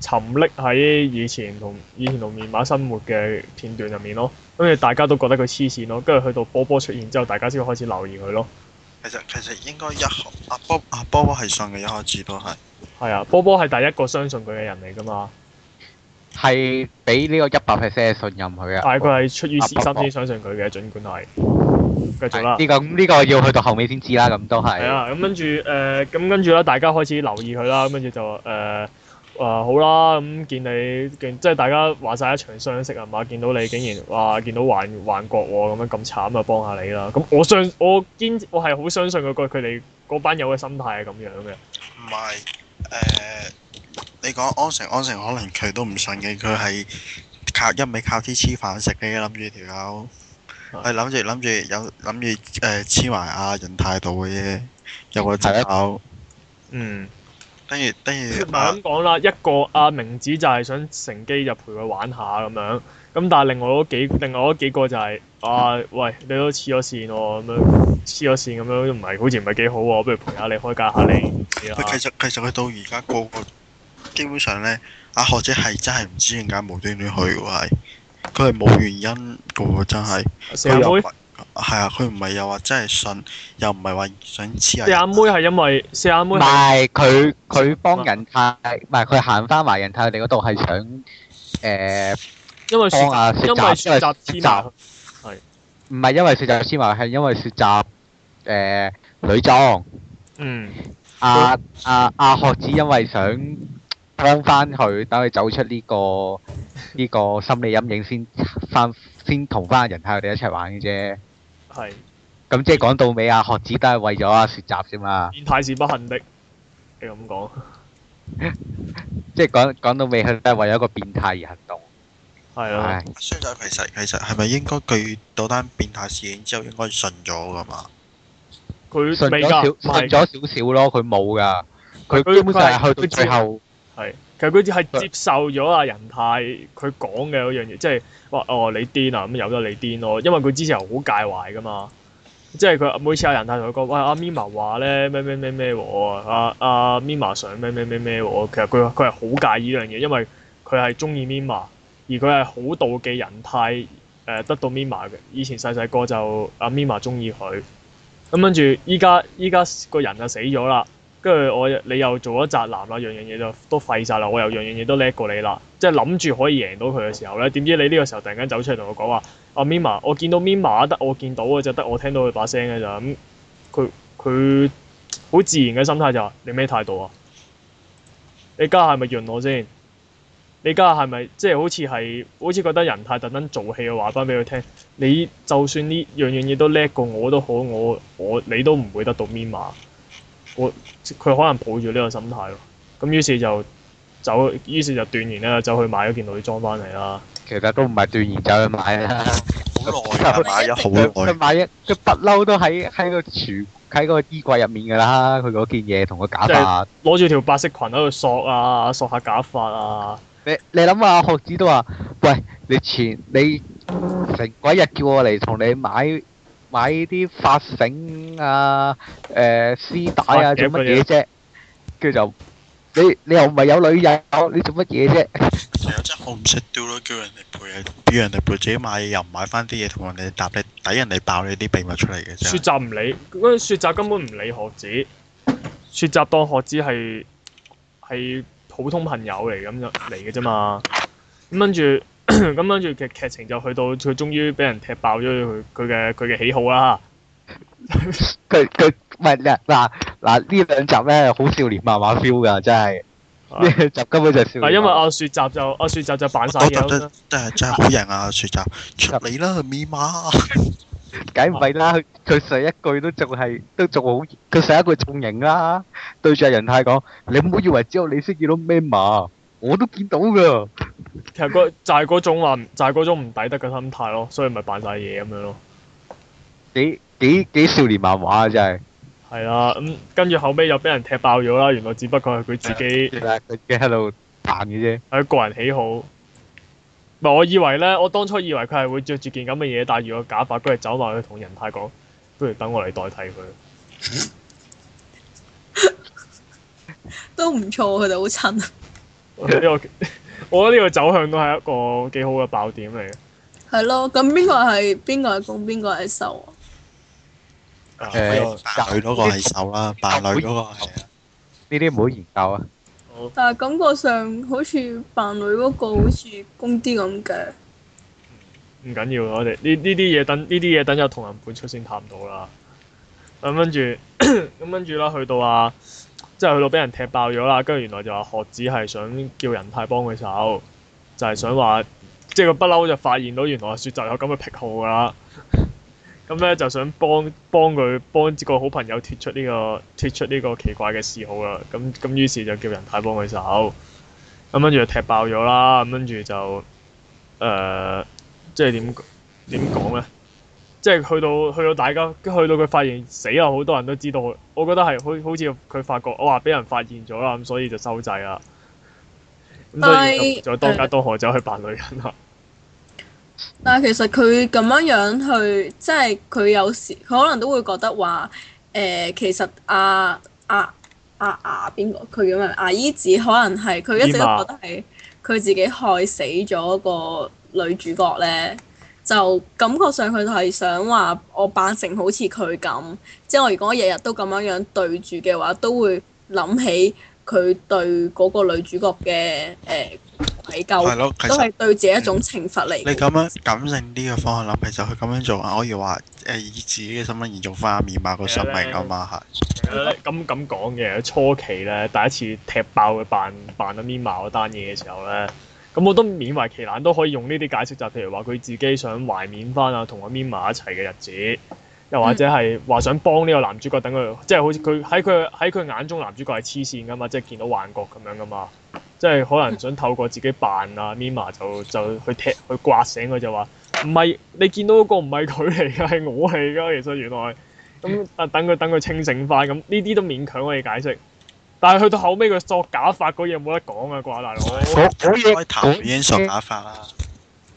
[SPEAKER 5] 沉溺喺以前同以前同面馬生活嘅片段入面咯。跟住大家都覺得佢黐線咯，跟住去到波波出現之後，大家先開始留意佢咯。
[SPEAKER 4] 其實其實應該一開阿波阿波波係信嘅，一開始都係。
[SPEAKER 5] 係啊，波波係第一個相信佢嘅人嚟㗎嘛，
[SPEAKER 1] 係俾呢個一百 percent 信任佢
[SPEAKER 5] 但係佢
[SPEAKER 1] 啊。
[SPEAKER 5] 係出於私
[SPEAKER 1] 啊
[SPEAKER 5] 心
[SPEAKER 1] 波波
[SPEAKER 5] 先相信佢嘅，儘管係繼續啦。
[SPEAKER 1] 呢個咁呢個要去到後尾先知啦，咁都
[SPEAKER 5] 係
[SPEAKER 1] 係。
[SPEAKER 5] 啊，咁跟住誒，呃咁跟住咧，大家開始留意佢啦，咁跟住就誒誒、呃啊好啦，咁、見你見即係大家話晒一場相識係啊嘛，見到你竟然哇見到幻幻覺喎，咁樣咁慘啊，幫下你啦。咁我相我堅我係好相信佢個佢哋嗰班友嘅心態係咁樣嘅。
[SPEAKER 4] 唔係嗯誒，你講安城安城可能佢都唔信嘅，佢係靠一味靠啲黐飯食嘅，諗住條友。佢諗住諗啊住有諗住誒黐埋阿仁泰度嘅啫，有個藉口。
[SPEAKER 5] 嗯，
[SPEAKER 4] 等於等於
[SPEAKER 5] 唔係咁講啦，一個阿明子就係想乘機就陪佢玩下咁樣，咁但係另外嗰幾另外嗰幾個就係、啊，喂，你都黐咗線喎，咁樣黐咗線咁樣都唔係好似唔係幾好喎，不如陪下你開解下你啊知啦
[SPEAKER 4] 喂，其實其實佢到而家個個基本上咧，阿學姐係真係唔知點解無端端去嘅喎，係佢係冇原因嘅喎，真係。
[SPEAKER 5] 四阿妹。
[SPEAKER 4] 係啊，佢唔係又話真係信，又唔係話想黐下
[SPEAKER 5] 四
[SPEAKER 4] 人
[SPEAKER 5] 眼妹係因為四眼妹
[SPEAKER 1] 唔
[SPEAKER 5] 係
[SPEAKER 1] 係佢佢幫人太，唔係佢行翻埋人太佢哋嗰度係想誒
[SPEAKER 5] 因為
[SPEAKER 1] 幫
[SPEAKER 5] 雪
[SPEAKER 1] 阿雪
[SPEAKER 5] 因為
[SPEAKER 1] 澤，
[SPEAKER 5] 雪澤
[SPEAKER 1] 因
[SPEAKER 5] 黐
[SPEAKER 1] 為雪澤
[SPEAKER 5] 埋，
[SPEAKER 1] 唔係因為雪澤先話係因為雪澤誒女裝，
[SPEAKER 5] 嗯
[SPEAKER 1] 阿阿阿學子因為想幫翻佢，等佢走出呢 個呢個心理陰影先翻先同翻人太佢哋一齊玩嘅啫。
[SPEAKER 5] 係
[SPEAKER 1] 咁即係講到尾，阿學子都係為咗阿雪澤啫嘛。
[SPEAKER 5] 變態是不幸的，你咁講
[SPEAKER 1] 即係講講到尾，佢都係為咗一個變態而行動。
[SPEAKER 5] 係啊啦。
[SPEAKER 1] 唉，
[SPEAKER 4] 衰仔其實其實係咪應該佢到單變態事件之後應該信咗噶嘛？
[SPEAKER 5] 佢
[SPEAKER 1] 信
[SPEAKER 5] 未
[SPEAKER 1] 咗
[SPEAKER 5] 㗎，唔
[SPEAKER 1] 少，信
[SPEAKER 5] 係
[SPEAKER 1] 咗少少咯，佢冇噶。佢
[SPEAKER 5] 佢
[SPEAKER 1] 基本上
[SPEAKER 5] 佢係
[SPEAKER 1] 係去到最後，
[SPEAKER 5] 係，其實佢只係接受咗阿仁泰佢講嘅嗰樣嘢，即係話哦你癲啊，咁由得你癲咯，因為佢之前係好介懷噶嘛，即係佢每次阿仁泰同佢講，喂阿 Mima 話咧咩咩咩咩喎，阿阿 Mima 想咩咩咩咩喎，其實佢佢係好介意呢樣嘢，因為佢係中意 Mima，而佢係好妒忌仁泰誒、呃得到 Mima 嘅，以前細細個就阿 Mima 中意佢，咁跟住依家依家個人就死咗啦。跟住我你又做咗宅男啦，樣樣嘢就都廢晒啦，我又樣樣嘢都叻過你啦，即係諗住可以贏到佢嘅時候咧，點知你呢個時候突然間走出嚟同我講話，阿 Mima，我見到 Mima 得我見到嘅就得我聽到佢把聲嘅咋，咁佢佢好自然嘅心態就話、你咩態度啊？你家下係咪潤我先？你家下係咪即係好似係好似覺得人太特登做戲嘅話翻俾佢聽，你就算呢樣樣嘢都叻過我都好，我我你都唔會得到 Mima。佢可能抱住呢個心態咯。咁於是就走，於是就斷言咧，走去買咗件女裝翻嚟啦。
[SPEAKER 1] 其實都唔係斷然走去買啦。
[SPEAKER 4] 好耐啊， 買咗好
[SPEAKER 1] 佢
[SPEAKER 4] 耐。
[SPEAKER 1] 買一，佢不嬲都喺喺個廚喺個衣櫃入面噶啦。佢嗰件嘢同個假髮，
[SPEAKER 5] 攞住條白色裙喺度索啊，索下假髮啊，
[SPEAKER 1] 你你諗下，學子都話：，喂，你前你成鬼日叫我嚟同你買買啲髮繩啊、誒、絲帶啊，做乜嘢啫？跟住就你你又唔係有女友，你做乜嘢啫？
[SPEAKER 4] 其實真係好唔識 do 咯，叫人哋陪你，叫人哋陪自己買嘢，又唔買翻啲嘢同人哋搭你，抵人哋爆你啲秘密出嚟嘅
[SPEAKER 5] 雪
[SPEAKER 4] 啫。
[SPEAKER 5] 澤唔理，嗰個雪澤根本唔理學子，雪澤當學子係係普通朋友嚟咁就嚟嘅啫嘛。咁跟住 咁跟住劇劇情就去到佢終於俾人踢爆咗佢佢嘅佢嘅喜好啦。
[SPEAKER 1] 佢佢唔係嗱嗱嗱呢兩集咧，好少年漫畫 feel 噶，真係呢兩集根本就係少年漫畫。
[SPEAKER 5] 嗱，啊因為阿雪澤就阿雪澤就扮晒
[SPEAKER 4] 我
[SPEAKER 5] 嘢
[SPEAKER 4] 覺
[SPEAKER 5] 啦
[SPEAKER 4] 得。哦真係真係好型啊！雪澤出嚟啦，咪媽！
[SPEAKER 1] 梗唔係啦，佢佢上一句都仲係都仲好，佢上一句仲型啦，對住阿仁泰講：你唔好以為只有你先見到咩嘛，我都見到噶。
[SPEAKER 5] 其實嗰就係嗰種話，就係嗰種唔抵得嘅心態咯，所以咪扮晒嘢咁樣咯。
[SPEAKER 1] 幾幾幾少年漫畫啊，真係。
[SPEAKER 5] 係啦，咁、跟住後尾又俾人踢爆咗啦。原來只不過係佢自己
[SPEAKER 1] 其實佢自己喺度彈嘅啫。
[SPEAKER 5] 係個人喜好。唔係我以為咧，我當初以為佢係會着住件咁嘅嘢，戴住個假髮，跟住走埋去同仁太講，不如等我嚟代替佢。
[SPEAKER 2] 都唔錯，佢哋好襯。
[SPEAKER 5] 我覺得呢、個我覺得呢個走向都係一個幾好嘅爆點嚟嘅。
[SPEAKER 2] 係咯，咁邊個係邊個係攻，邊個係受啊？
[SPEAKER 5] 啊
[SPEAKER 1] 誒
[SPEAKER 4] 扮女嗰個係瘦啦，扮女嗰個係啊
[SPEAKER 1] 呢啲唔好研究啊。
[SPEAKER 5] 好
[SPEAKER 2] 但係感覺上好似扮女嗰個好似攻啲咁嘅。
[SPEAKER 5] 唔緊要，我哋呢呢啲嘢等呢啲嘢等有同人本出先探到啦。咁跟住， 咁跟住啦，去到啊，即係去到俾人踢爆咗啦，跟住原來就話學子係想叫仁太幫佢手，就係、想話，即係佢不嬲就發現到原來雪澤有咁嘅癖好㗎啦。咁咧就想幫幫佢幫個好朋友脱出呢、個脱出呢個奇怪嘅嗜好啦。咁咁於是就叫仁太幫佢手，咁跟住就踢爆咗呃啦。咁跟住就誒。即係點點講咧？即係去到去到大家，去到佢發現死啦，好多人都知道，我覺得係好好似佢發覺，哇，俾人發現咗啦，咁所以就收掣啦。咁所以就
[SPEAKER 2] 但係
[SPEAKER 5] 就多加多河走去扮女人啦。
[SPEAKER 2] 但係其實佢咁樣樣去，即係佢有時佢可能都會覺得話，誒、其實阿阿阿阿邊個佢叫咩？阿姨子可能係佢一直都
[SPEAKER 5] 伊瑪
[SPEAKER 2] 覺得係佢自己害死咗個女主角咧，就感覺上佢係想話我扮成好似佢咁，即係我如果日日都咁樣樣對住嘅話，都會諗起佢對嗰個女主角嘅誒愧
[SPEAKER 4] 係
[SPEAKER 2] 疚，
[SPEAKER 4] 咯，其
[SPEAKER 2] 都
[SPEAKER 4] 實
[SPEAKER 2] 係對自己一種懲罰嚟
[SPEAKER 4] 你
[SPEAKER 2] 嘅。
[SPEAKER 4] 咁樣感性啲嘅方向諗，其實佢咁樣做可以話誒以自己嘅身份延續翻阿面馬個生命啊嘛係。
[SPEAKER 5] 咁咁講嘅，初期咧第一次踢爆佢扮扮阿 Mima 嗰單嘢嘅時候咧，咁我都勉為其難都可以用呢啲解釋，就係譬如話佢自己想懷緬翻啊同阿 Mima 一齊嘅日子，又或者係話想幫呢個男主角等佢，即係好似佢喺佢喺佢眼中男主角係黐線噶嘛，即係見到幻覺咁樣噶嘛，即係可能想透過自己扮啊 Mima 就就去踢去刮醒佢就話唔係你見到嗰個唔係佢嚟㗎，係我嚟㗎，其實原來。咁啊等佢等佢清醒翻，咁呢啲都勉強可以解釋。但係去到後尾佢作假法嗰嘢冇得講啊啩，大佬。
[SPEAKER 1] 嗰嗰嘢
[SPEAKER 4] 開頭已經上打法啦，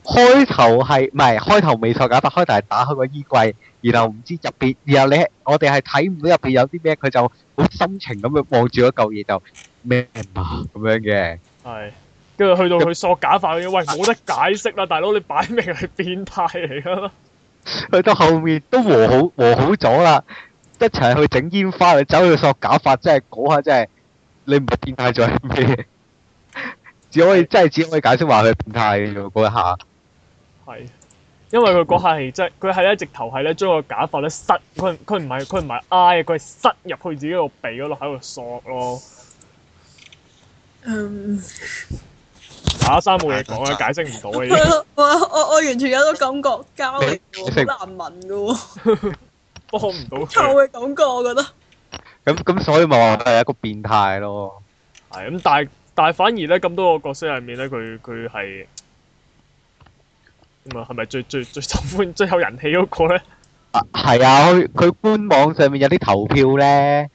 [SPEAKER 1] 開頭係唔係開頭未受假發，開頭係打開個衣櫃，然後唔知入邊，然後你我哋係睇唔到入邊有啲咩，佢就好心情咁樣望住嗰嚿嘢就咩嘛咁樣嘅。
[SPEAKER 5] 係。跟住去到佢索假法嗰嘢，喂冇得解釋啦，大佬你擺明係變態嚟㗎啦。
[SPEAKER 1] 去到後面都和好和好咗啦，一齊去整煙花，你走去索假髮，真係嗰下真係你唔係變態咗係咩？ 只可以真係只可以解釋話佢係變態嘅喎嗰一下。
[SPEAKER 5] 係。因為佢嗰下係即係佢係咧直頭係咧將個假髮咧塞，佢唔佢唔係佢唔係挨，佢係塞入去自己個鼻嗰度喺度索咯。
[SPEAKER 2] 嗯，
[SPEAKER 5] 打三冇嘢講啊，解釋唔到嘅。
[SPEAKER 2] 係咯，我我我完全有種感覺交嚟
[SPEAKER 1] 你食
[SPEAKER 2] 喎，好難聞嘅喎，
[SPEAKER 5] 幫唔到
[SPEAKER 2] 臭嘅
[SPEAKER 5] 佢。
[SPEAKER 2] 感覺，我覺得。
[SPEAKER 1] 咁咁所以咪話佢係一個變態咯。
[SPEAKER 5] 係咁，但係但係反而咧咁多個角色入面咧，佢佢係咁啊，係咪最最最受歡最有人氣嗰個咧？
[SPEAKER 1] 啊，係啊，佢佢官網上面有啲投票咧，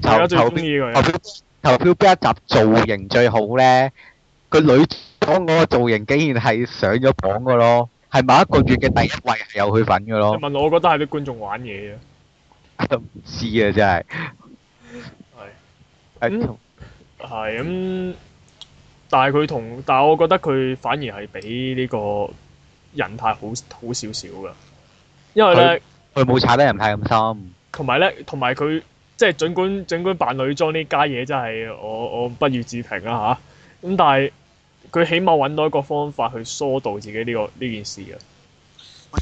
[SPEAKER 5] 大家
[SPEAKER 1] 投
[SPEAKER 5] 最
[SPEAKER 1] 投
[SPEAKER 5] 中
[SPEAKER 1] 票
[SPEAKER 5] 意佢
[SPEAKER 1] 投
[SPEAKER 5] 啊。
[SPEAKER 1] 票投票邊一集造型最好咧？佢女講嗰個造型竟然係上咗榜噶咯，係某一個月嘅第一位係有佢份
[SPEAKER 5] 你
[SPEAKER 1] 噶咯，
[SPEAKER 5] 問我，我覺得係啲觀眾玩嘢嘅。啊
[SPEAKER 1] 都唔知啊真係。哎
[SPEAKER 5] 嗯係咁，但係佢同，但係我覺得佢反而係比呢個人太好好少少㗎，因為咧。
[SPEAKER 1] 佢冇踩得人太咁深，
[SPEAKER 5] 同埋咧，同埋佢即係儘管儘管扮女裝呢家嘢真係我我不予置評啦吓，咁、但係佢起碼揾到一個方法去疏導自己呢、個呢件事嘅。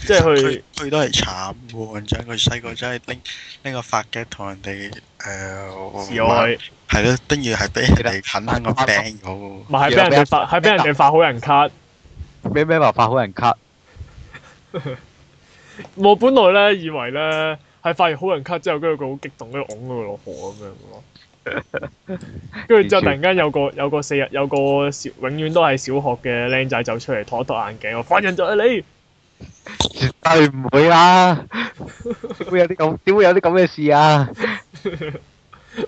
[SPEAKER 5] 即係佢
[SPEAKER 4] 佢佢都係慘喎，真佢細個真係拎拎個髮夾同人哋誒
[SPEAKER 5] 自愛
[SPEAKER 4] 係咯，跟住係俾人哋狠狠咁掟咗喎。
[SPEAKER 5] 唔係係俾人哋發係俾人哋發好人卡。
[SPEAKER 1] 咩咩話發好人卡，
[SPEAKER 5] 我本來咧以為咧係發完好人卡之後，跟住佢好激動，跟住擁佢落河咁樣咯。跟住之後突然間有個有個四日有個小永遠都係小學嘅僆仔走出嚟，托一托眼鏡，我犯人就係哎你。
[SPEAKER 1] 絕對唔會啊啦。點會有啲咁？點會有啲咁嘅事啊？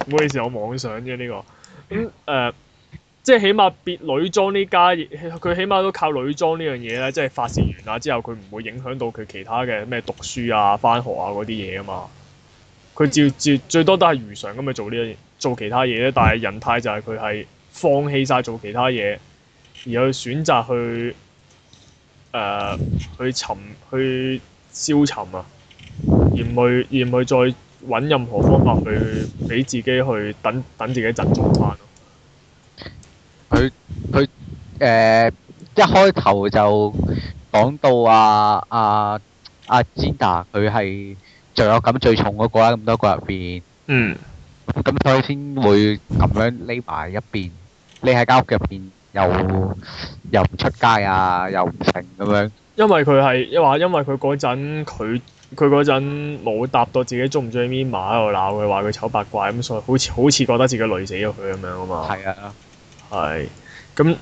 [SPEAKER 5] 唔好意思，我妄想啫呢、個。咁、誒、呃即係起碼別女裝呢家嘢，佢起碼都靠女裝呢樣嘢咧，即係發泄完啦之後，佢唔會影響到佢其他嘅咩讀書啊、翻學啊嗰啲嘢啊嘛。佢照照最多都係如常咁去做呢樣做其他嘢咧，但係人態就係佢係放棄晒做其他嘢，而去選擇去誒、呃去沉去消沉啊。而唔去而唔去再揾任何方法去俾自己去等等自己振作翻咯。
[SPEAKER 1] 誒、一開頭就講到啊啊啊 Gina 佢係罪惡感最重嗰個啦，咁多個入邊，
[SPEAKER 5] 嗯，
[SPEAKER 1] 咁所以先會咁樣匿埋一邊，匿喺間屋入邊，又又唔出街啊，又唔成咁樣。
[SPEAKER 5] 因為佢係因話，因為佢嗰陣佢佢嗰陣冇答到自己中唔中意 Mima 喺度鬧佢，話佢醜八怪咁，所以好似好似覺得自己累死咗佢咁樣啊嘛。
[SPEAKER 1] 係啊，
[SPEAKER 5] 係，咁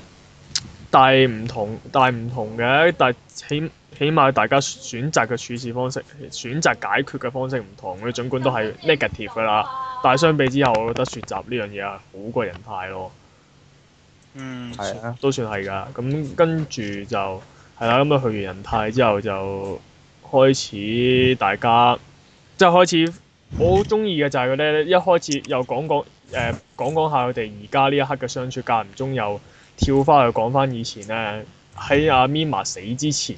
[SPEAKER 5] 但係唔同，但係唔同嘅，但係起起碼大家選擇嘅處事方式、選擇解決嘅方式唔同，佢儘管都係 negative 噶啦，但係相比之後，我覺得雪集呢樣嘢係好過人太咯，
[SPEAKER 4] 嗯，
[SPEAKER 1] 係啊，
[SPEAKER 5] 都算係㗎。咁跟住就係啦，咁啊去完人太之後就開始大家即係開始，我好中意嘅就係佢咧，一開始又講講誒、呃、講講下佢哋而家呢一刻嘅相處，間唔中又跳翻去講翻以前咧喺阿 Mima 死之前。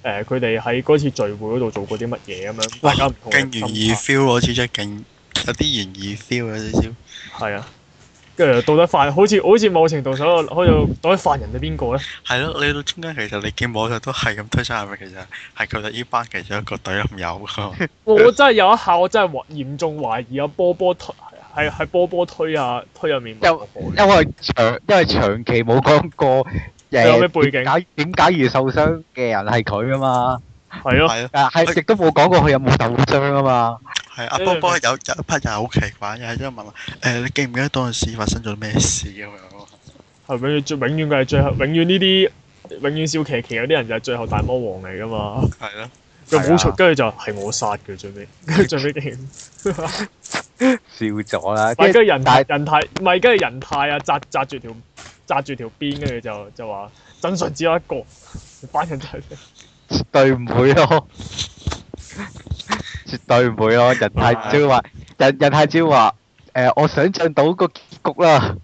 [SPEAKER 5] 誒佢哋喺嗰次聚會嗰度做過啲乜嘢咁樣，
[SPEAKER 4] 哇
[SPEAKER 5] 大家唔同嘅
[SPEAKER 4] 勁
[SPEAKER 5] 心
[SPEAKER 4] 懸疑
[SPEAKER 5] 態
[SPEAKER 4] feel 嗰次真係勁，有啲懸疑 feel 有少少。
[SPEAKER 5] 係啊，跟住到底犯好似好似某程度上，好似到底犯人係邊個咧？
[SPEAKER 4] 係咯，你到中間其實你見網上都係咁推測，係咪其實係佢哋呢班其中一個隊冧友㗎？
[SPEAKER 1] 呃
[SPEAKER 5] 我真係有一下，我真係懷嚴重懷疑啊波波推係係波波推啊推入面
[SPEAKER 1] 因
[SPEAKER 5] 嗰個
[SPEAKER 1] 因為長因為長期冇講 過
[SPEAKER 5] 佢有咩
[SPEAKER 1] 誒
[SPEAKER 5] 背景
[SPEAKER 1] 點解點解而受傷嘅人係佢啊嘛，
[SPEAKER 5] 係咯，
[SPEAKER 4] 係咯，
[SPEAKER 1] 但係亦都冇講過佢有冇受傷啊嘛。
[SPEAKER 4] 係阿波波有有一 part 又係好奇怪，又係因為問誒你記唔記得當陣時發生咗咩事咁樣咯？
[SPEAKER 5] 係永遠最永遠佢係最後，永遠呢啲永遠笑騎騎嗰啲人就係最後大魔王嚟噶嘛，
[SPEAKER 4] 係咯，
[SPEAKER 5] 佢冇
[SPEAKER 1] 係
[SPEAKER 5] 錯，
[SPEAKER 1] 啊
[SPEAKER 5] 跟住就係我殺嘅最尾， 跟住最尾竟然
[SPEAKER 1] 笑咗啦，
[SPEAKER 5] 唔係，跟
[SPEAKER 1] 跟
[SPEAKER 5] 住人
[SPEAKER 1] 但
[SPEAKER 5] 太
[SPEAKER 1] 係
[SPEAKER 5] 人太唔係，跟住人太啊，扎扎住條扎住條邊，跟住就就話真相只有一個，班人就係
[SPEAKER 1] 絕對唔會 咯，絕對唔會咯。人太招話，人人太招話，誒，我想象到個結局啦。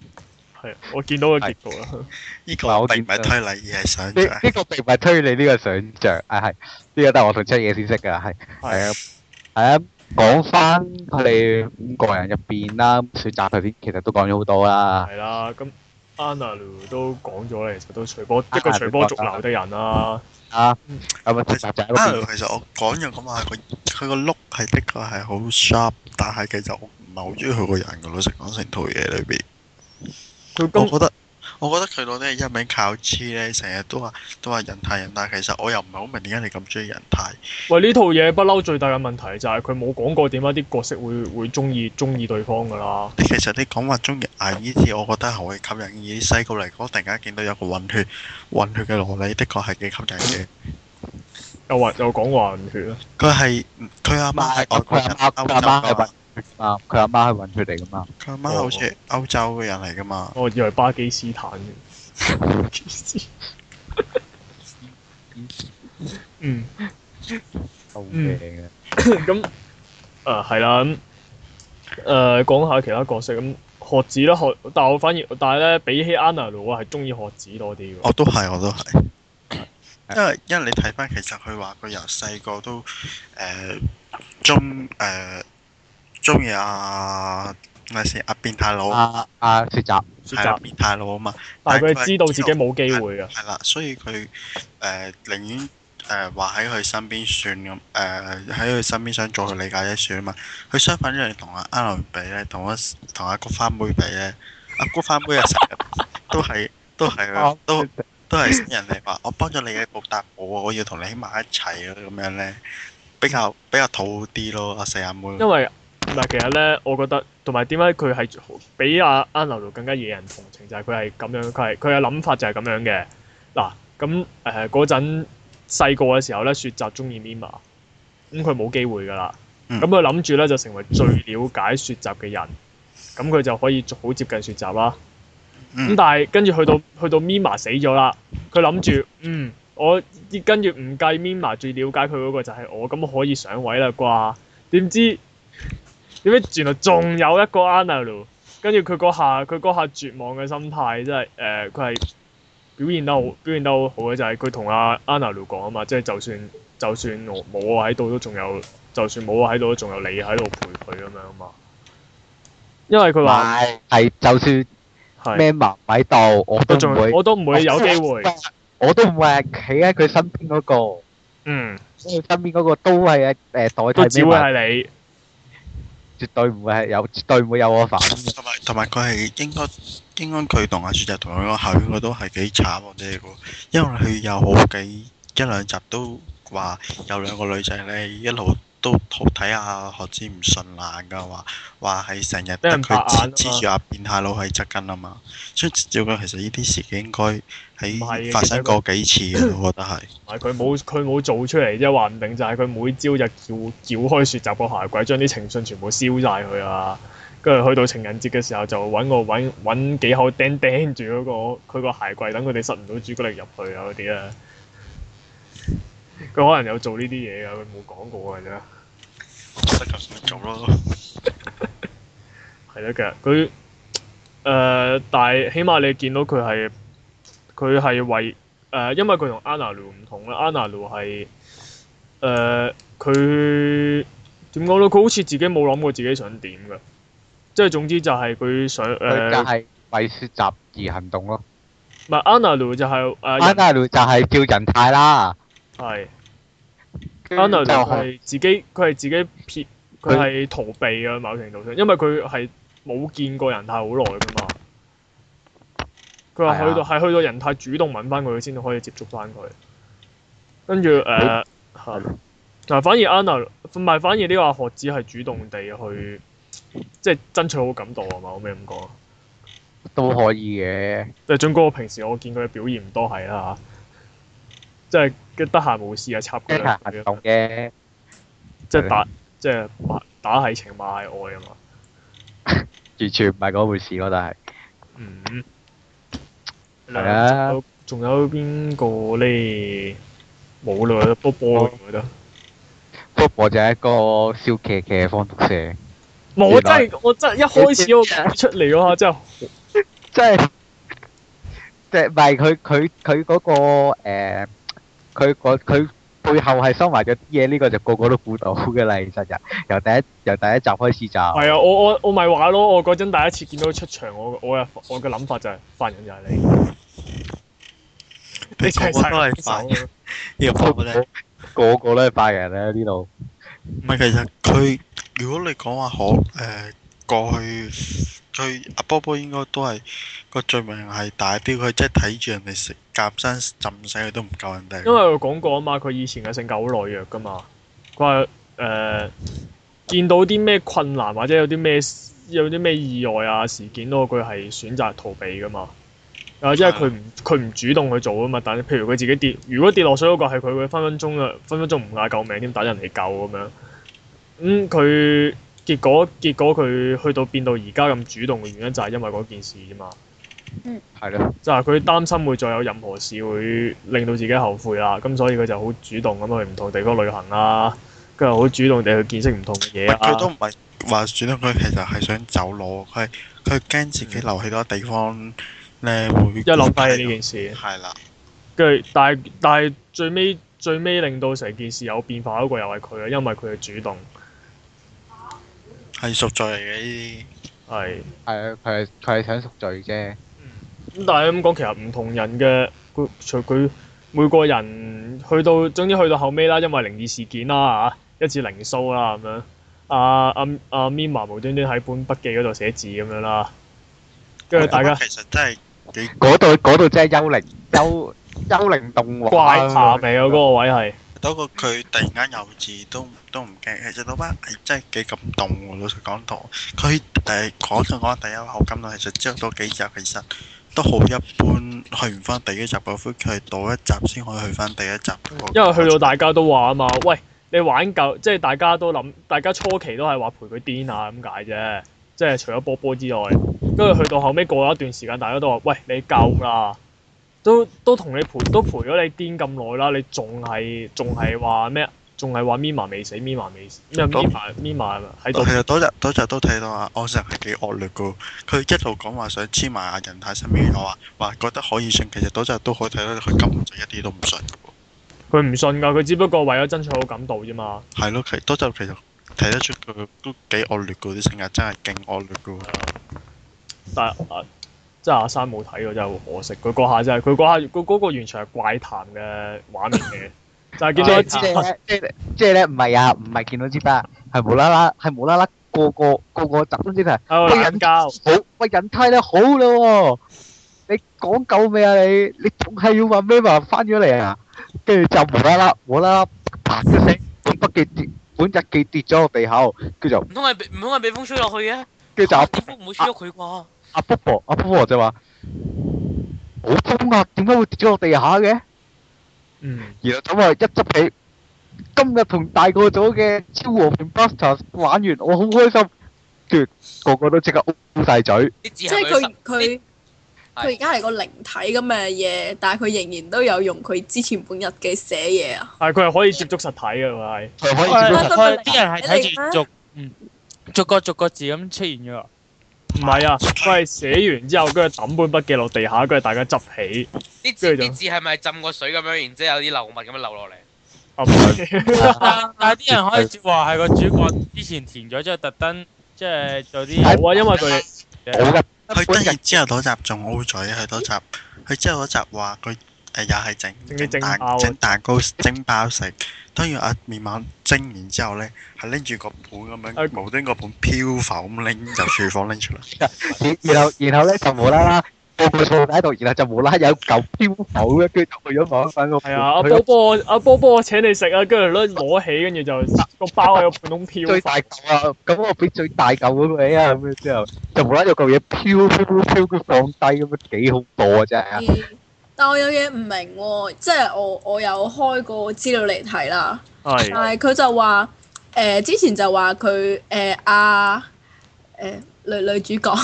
[SPEAKER 5] 係我見到個結局啊啦。
[SPEAKER 4] 呢
[SPEAKER 1] 嗱
[SPEAKER 4] 個
[SPEAKER 1] 我
[SPEAKER 4] 並
[SPEAKER 1] 見
[SPEAKER 4] 唔係推理，而係想
[SPEAKER 1] 呢
[SPEAKER 4] 像。
[SPEAKER 1] 呢個並唔係推理呢個想像，啊係呢個都係我同出嘢先識㗎，係係啊係啊。講翻佢哋五個人入邊啦，選擇頭先其實都講咗好多啦，
[SPEAKER 5] 係啦，咁 Analu 都講咗啦，其實都隨波一個
[SPEAKER 1] Analu
[SPEAKER 5] 隨波逐流的人啦。
[SPEAKER 1] 啊咁啊，選擇就係一個
[SPEAKER 5] 嗯
[SPEAKER 4] 啊，其實我講咗咁話，佢佢個 look 係的確係好 sharp，但係其實我唔係好中意佢個人嘅。老實講，成套嘢裏邊，
[SPEAKER 5] 佢
[SPEAKER 4] 我
[SPEAKER 5] 今
[SPEAKER 4] 覺得我覺得佢攞啲係一味靠黐咧，成日都話都話人太人太，其實我又唔係好明點解你咁中意人太。
[SPEAKER 5] 喂呢套嘢不嬲最大嘅問題就係佢冇講過點解啲角色會會中意中意對方㗎啦。
[SPEAKER 4] 你其實你講話中意捱呢啲，我覺得係好吸引。以細個嚟講，突然間見到有個混血混血嘅羅莉，的確係幾吸引嘅。
[SPEAKER 5] 又話又講話唔血啦，啊
[SPEAKER 4] 佢係嗯佢阿媽係外
[SPEAKER 1] 佢
[SPEAKER 4] 國人，
[SPEAKER 1] 阿
[SPEAKER 4] 歐
[SPEAKER 1] 媽佢阿
[SPEAKER 4] 洲
[SPEAKER 1] 媽
[SPEAKER 4] 㗎
[SPEAKER 1] 係揾
[SPEAKER 4] 嘛
[SPEAKER 1] 佢啊，佢阿媽係揾佢哋㗎嘛，
[SPEAKER 4] 佢阿媽好似歐洲嘅人嚟㗎嘛。
[SPEAKER 5] 我以為巴基斯坦嘅。巴基斯坦 嗯。
[SPEAKER 1] 好
[SPEAKER 5] 嗯
[SPEAKER 1] 嘢嘅。
[SPEAKER 5] 咁誒係啦，咁誒講下其他角色咁，學子啦，學，但我反而但係咧，比起 Anna 魯，我係中意學子多啲嘅。
[SPEAKER 4] 我哦都係，我都係。因為因為你睇翻，其實佢話佢由細個都誒中誒中意阿咩先阿變態佬，
[SPEAKER 1] 阿阿雪啊澤
[SPEAKER 5] 雪
[SPEAKER 4] 係啦
[SPEAKER 5] 澤，
[SPEAKER 4] 變態佬啊嘛，
[SPEAKER 5] 但係
[SPEAKER 4] 但
[SPEAKER 5] 佢係
[SPEAKER 4] 係啊
[SPEAKER 5] 知道自己冇機會啊嘅，
[SPEAKER 4] 係啦，所以佢誒寧願誒話喺佢身邊算咁誒喺佢身邊想做佢理解一算啊嘛。佢相反一樣同阿阿倫比咧，同阿同阿菊花妹比咧，阿菊花妹啊成日都係都係都。都係新人嚟話，我幫咗你嘅報答啊我，我要同你喺埋一齊啊咯，咁樣咧比較比較土啲咯，阿四阿妹。
[SPEAKER 5] 因為唔係其實咧，我覺得同埋點解佢係比阿 Anna 魯更加惹人同情，就係佢係咁樣，佢係佢嘅諗法就係咁樣嘅。嗱，咁誒嗰陣細個嘅時候咧，雪澤中意 Mima，咁佢冇機會㗎啦。
[SPEAKER 4] 嗯
[SPEAKER 5] 咁佢諗住咧就成為最了解雪集嘅人，咁佢就可以好接近雪集啦。咁、
[SPEAKER 4] 嗯
[SPEAKER 5] 但係跟住去到去到 Mima 死咗啦，佢諗住嗯，我跟住唔計 Mima 最了解佢嗰個就係我，咁可以上位啦啩？點知點知原來仲有一個 Analu，跟住佢嗰下佢嗰下絕望嘅心態真係誒，佢、係表現得好表現得好好嘅就係佢同阿 Analu 講啊嘛，即係就算就算我冇我喺度都仲有。就算冇我喺度，都仲有你喺度陪佢咁樣嘛。因為佢
[SPEAKER 1] 唔
[SPEAKER 5] 話
[SPEAKER 1] 係係就算
[SPEAKER 5] 係，
[SPEAKER 1] 咩麻喺度，我
[SPEAKER 5] 我
[SPEAKER 1] 都
[SPEAKER 5] 仲
[SPEAKER 1] 唔會，
[SPEAKER 5] 我都唔會有機會。
[SPEAKER 1] 我都唔會係企喺佢身邊嗰個。
[SPEAKER 5] 嗯，
[SPEAKER 1] 因為身邊嗰個都係誒代
[SPEAKER 5] 都
[SPEAKER 1] 替
[SPEAKER 5] 只
[SPEAKER 1] 咩
[SPEAKER 5] 會
[SPEAKER 1] 話，
[SPEAKER 5] 係你。
[SPEAKER 1] 絕對唔會係有，絕對唔會有我份。
[SPEAKER 4] 同埋同埋佢係應該應該佢同阿雪就同佢個口應該都係幾慘我哋嘅，因為佢有好幾一兩集都話有兩個女仔咧一路都好睇下學子唔順眼噶，話話係成日得
[SPEAKER 5] 俾人
[SPEAKER 4] 佢
[SPEAKER 5] 白眼啊
[SPEAKER 4] 黐
[SPEAKER 5] 嘛
[SPEAKER 4] 黐住阿變態佬喺側跟啊嘛，所以照計其實呢啲事件應該
[SPEAKER 5] 係嘅
[SPEAKER 4] 喺發生過幾次嘅，我覺得係。
[SPEAKER 5] 同埋佢冇佢冇做出嚟啫，話唔定就係佢每朝就撬撬開雪集個鞋櫃，將啲情信全部燒晒佢啊！跟住去到情人節嘅時候，就揾個揾揾幾口釘釘住嗰、個佢個鞋櫃，等佢哋塞唔到朱古力入去啊嗰啲啊！佢可能有做呢啲嘢噶，佢冇講過㗎啫。
[SPEAKER 4] 覺得咁做咯。
[SPEAKER 5] 係啦，啊其實佢誒、呃但係起碼你見到佢係佢係為誒、呃因為佢同 Anna Lu 唔同啦，Anna Lu 係誒佢點講咧？佢好似自己冇諗過自己想點㗎，即係總之就係佢想誒，
[SPEAKER 1] 佢就
[SPEAKER 5] 呃
[SPEAKER 1] 係為雪集而行動咯。
[SPEAKER 5] 唔係 Anna Lu 就係、誒
[SPEAKER 1] 安
[SPEAKER 5] 人
[SPEAKER 1] 娜就係叫人太啦。
[SPEAKER 5] 係
[SPEAKER 1] 跟住
[SPEAKER 5] Anna Lu 就
[SPEAKER 1] 就
[SPEAKER 5] 係自己佢係自己撇佢係逃避嘅某程度上，因為佢係冇見過人太好耐㗎嘛。佢話
[SPEAKER 1] 係啊
[SPEAKER 5] 去到係去到人太主動揾翻佢，佢先可以接觸翻佢。跟住誒係嗱，反而 Anna 唔係反而呢個阿學子係主動地去即係爭取好感度啊嘛，可唔可以咁講？
[SPEAKER 1] 都可以嘅。
[SPEAKER 5] 即係俊哥，我平時我見佢嘅表現唔多係啦嚇，即係得閒冇事啊插
[SPEAKER 1] 即
[SPEAKER 5] 佢
[SPEAKER 1] 係
[SPEAKER 5] 兩
[SPEAKER 1] 行
[SPEAKER 5] 句啊
[SPEAKER 1] 動嘅，
[SPEAKER 5] 即係打即係打打係情罵係愛啊嘛。
[SPEAKER 1] 完全唔係嗰回事咯，但係
[SPEAKER 5] 嗯，
[SPEAKER 1] 係啊
[SPEAKER 5] 仲有。仲有邊個咧？冇啦，波波我覺得。
[SPEAKER 1] football 就係一個笑騎騎嘅方毒射，
[SPEAKER 5] 冇，我真係我真係一開始我講出嚟嗰下真係
[SPEAKER 1] 即係即係唔係佢佢佢嗰個誒，佢嗰佢背後係收埋咗啲嘢，呢個就個個都估到嘅啦。其實由由第一由第一集開始就
[SPEAKER 5] 係啊！我我我咪話咯，我嗰陣第一次見到佢出場，我我嘅我嘅諗法就係、犯人就係你，你就係
[SPEAKER 4] 個個都係
[SPEAKER 5] 殺
[SPEAKER 4] 犯
[SPEAKER 5] 人
[SPEAKER 4] 人，呢個方咧。
[SPEAKER 1] 個個都係拜仁咧呢度，
[SPEAKER 4] 唔係，其實佢如果你講話可誒、呃、過去，佢阿波波應該都係個罪名係大啲，佢即係睇住人哋食夾生浸死佢都唔夠人哋。
[SPEAKER 5] 因為我講過啊嘛，佢以前嘅性格好懦弱噶嘛，佢話誒見到啲咩困難或者有啲咩有啲咩意外啊事件咯，佢係選擇逃避噶嘛。啊，即係佢唔佢唔主動去做啊嘛，但係譬如佢自己跌，如果跌落水嗰個係佢，佢分分鐘啊分分鐘唔嗌救命添，等人嚟救咁樣。咁、佢結果結果佢去到變到而家咁主動嘅原因就係因為嗰件事啫嘛。
[SPEAKER 1] 係咯，
[SPEAKER 5] 就係佢擔心會再有任何事會令到自己後悔啦，咁所以佢就好主動咁去唔同地方旅行啦，跟住好主動地去見識唔同嘅
[SPEAKER 4] 唔
[SPEAKER 5] 嘢
[SPEAKER 4] 係佢都
[SPEAKER 5] 啊。
[SPEAKER 4] 唔係話選得佢，其實係想走佬，佢係佢係驚自己留喺嗰個地方咧會
[SPEAKER 5] 一諗低呢件事，
[SPEAKER 4] 係啦，
[SPEAKER 5] 跟住但係但係最尾最尾令到成件事有變化嗰個又係佢啊，因為佢嘅主動
[SPEAKER 4] 係贖罪嚟嘅呢
[SPEAKER 5] 係。
[SPEAKER 1] 係啊佢係佢係想贖罪啫，
[SPEAKER 5] 咁但係咁講，其實唔同人嘅佢除佢每個人去到總之去到後尾啦，因為靈異事件啦啊嚇，一至靈數啦咁樣。阿阿阿 Mima 無端端喺本筆記嗰度寫字咁樣啦，跟住
[SPEAKER 4] 啲。
[SPEAKER 5] 大家
[SPEAKER 4] 其實真係幾
[SPEAKER 1] 嗰度嗰度真係幽靈幽幽靈動畫
[SPEAKER 5] 怪
[SPEAKER 1] 啊
[SPEAKER 5] 下味啊！嗰個位係
[SPEAKER 4] 嗰個佢突然間幼稚都都唔驚，其實老班係真係幾感動喎。老實講到，佢誒講就講第一好感動，其實之後到幾集其實都好一般，去唔翻第一集個 feel，佢係到一集先可以去翻第一集嗰個。
[SPEAKER 5] 因為去到大家都話啊嘛，喂，你玩夠，即係大家都諗，大家初期都係話陪佢癲啊咁解啫，即係除咗波波之外，跟住去到後尾過咗一段時間，大家都話，喂，你夠啦，都都同你陪都陪咗你癲咁耐啦，你仲係仲係話咩？啊仲係話 Mima 未死，Mima 未死，咩
[SPEAKER 4] 都
[SPEAKER 5] Mima Mima 喺度
[SPEAKER 4] 其實嗰集嗰集都睇到啊，安石係幾惡劣噶。佢一路講話想黐埋阿仁太身邊，我話話覺得可以信，其實嗰集都可以睇到佢根本就一啲都唔信嘅喎。
[SPEAKER 5] 佢唔信㗎，佢只不過為咗爭取好感度啫嘛。
[SPEAKER 4] 係咯，其嗰集其實睇得出佢都幾惡劣噶，啲性格真係勁惡劣噶喎。
[SPEAKER 5] 但係啊，真係阿生冇睇過，真係好可惜。佢嗰下真係，佢嗰下佢 嗰個完全係怪談嘅畫面嚟嘅，就係
[SPEAKER 1] 即
[SPEAKER 5] 見到一
[SPEAKER 1] 係
[SPEAKER 5] 支
[SPEAKER 1] 即係即係即係咧，唔係啊，唔係見到支筆啊，係無啦啦，係無啦啦，個個個個集中支筆，
[SPEAKER 5] 喺度攬交，
[SPEAKER 1] 好喂人梯咧好啦喎，你講夠未啊你？你仲係要問咩話翻咗嚟啊？跟住就無啦啦無啦啦，啪一聲，本筆記跌，本本日記跌咗落地後，跟住就
[SPEAKER 6] 唔通係被唔通係被風吹落去嘅？
[SPEAKER 1] 跟住就阿
[SPEAKER 6] 蝙蝠唔會吹喐佢啩？
[SPEAKER 1] 阿波波阿波波就話：冇風啊，點解會跌咗落地下嘅？
[SPEAKER 5] 嗯，
[SPEAKER 1] 然後咁啊一執起，今日同大個咗嘅超和平 Buster 玩完，我好開心，跟住個個都即刻 O 晒嘴。
[SPEAKER 6] 啲字
[SPEAKER 2] 即
[SPEAKER 6] 係
[SPEAKER 2] 係
[SPEAKER 6] 咪
[SPEAKER 2] 佢
[SPEAKER 6] 濕
[SPEAKER 2] 佢佢而
[SPEAKER 6] 係
[SPEAKER 2] 家係個靈體咁嘅嘢，但係佢仍然都有用佢之前本日記寫嘢啊。
[SPEAKER 5] 但係佢係可以接觸實體嘅，佢係
[SPEAKER 1] 佢可以
[SPEAKER 2] 接觸
[SPEAKER 1] 接
[SPEAKER 2] 實
[SPEAKER 3] 佢啲人係睇住逐嗯逐個逐個字咁出現咗。
[SPEAKER 5] 唔係啊？佢係寫完之後，跟住抌本筆記落地下，跟住大家執起。
[SPEAKER 6] 啲
[SPEAKER 5] 跟
[SPEAKER 6] 字
[SPEAKER 5] 住就
[SPEAKER 6] 啲字係咪浸過水咁樣，然之後有啲流物咁樣流落嚟？
[SPEAKER 5] 啊唔係
[SPEAKER 3] 但但係啲人可以接話係個主角之前填咗之後，特登即係做啲
[SPEAKER 5] 冇啊，因為 佢
[SPEAKER 1] 冇嘅，
[SPEAKER 4] 佢
[SPEAKER 1] 本
[SPEAKER 4] 跟
[SPEAKER 1] 日
[SPEAKER 4] 住之後嗰集仲 O 嘴，佢嗰集，佢之後嗰集話佢誒又係整
[SPEAKER 5] 整啲蒸
[SPEAKER 4] 蛋
[SPEAKER 5] 包
[SPEAKER 4] 整蛋糕蒸包食，當然阿面猛蒸完之後咧，係拎住個盤咁
[SPEAKER 5] 啊
[SPEAKER 4] 樣無端個盤漂浮咁拎由廚房拎出嚟，
[SPEAKER 1] 然然後然後咧就無啦啦個個坐喺度，然後就無啦啦有嚿漂浮咧，跟住就去咗房瞓個。
[SPEAKER 5] 係啊，阿
[SPEAKER 1] 去
[SPEAKER 5] 波
[SPEAKER 1] 咗
[SPEAKER 5] 波阿波波我請你食啊，跟住攞攞起，跟住就個包喺個盤中漂
[SPEAKER 1] 最大嚿啊！咁我俾最大嚿嗰個你啊！咁樣之後就無啦啦有嚿嘢飄飄飄飄佢放低咁樣，幾恐怖啊！真係啊！
[SPEAKER 2] 嗯但我有嘢唔明喎，即係我我有開個資料嚟睇啦，但
[SPEAKER 5] 係
[SPEAKER 2] 係佢就話誒、呃之前就話佢誒阿誒女女主角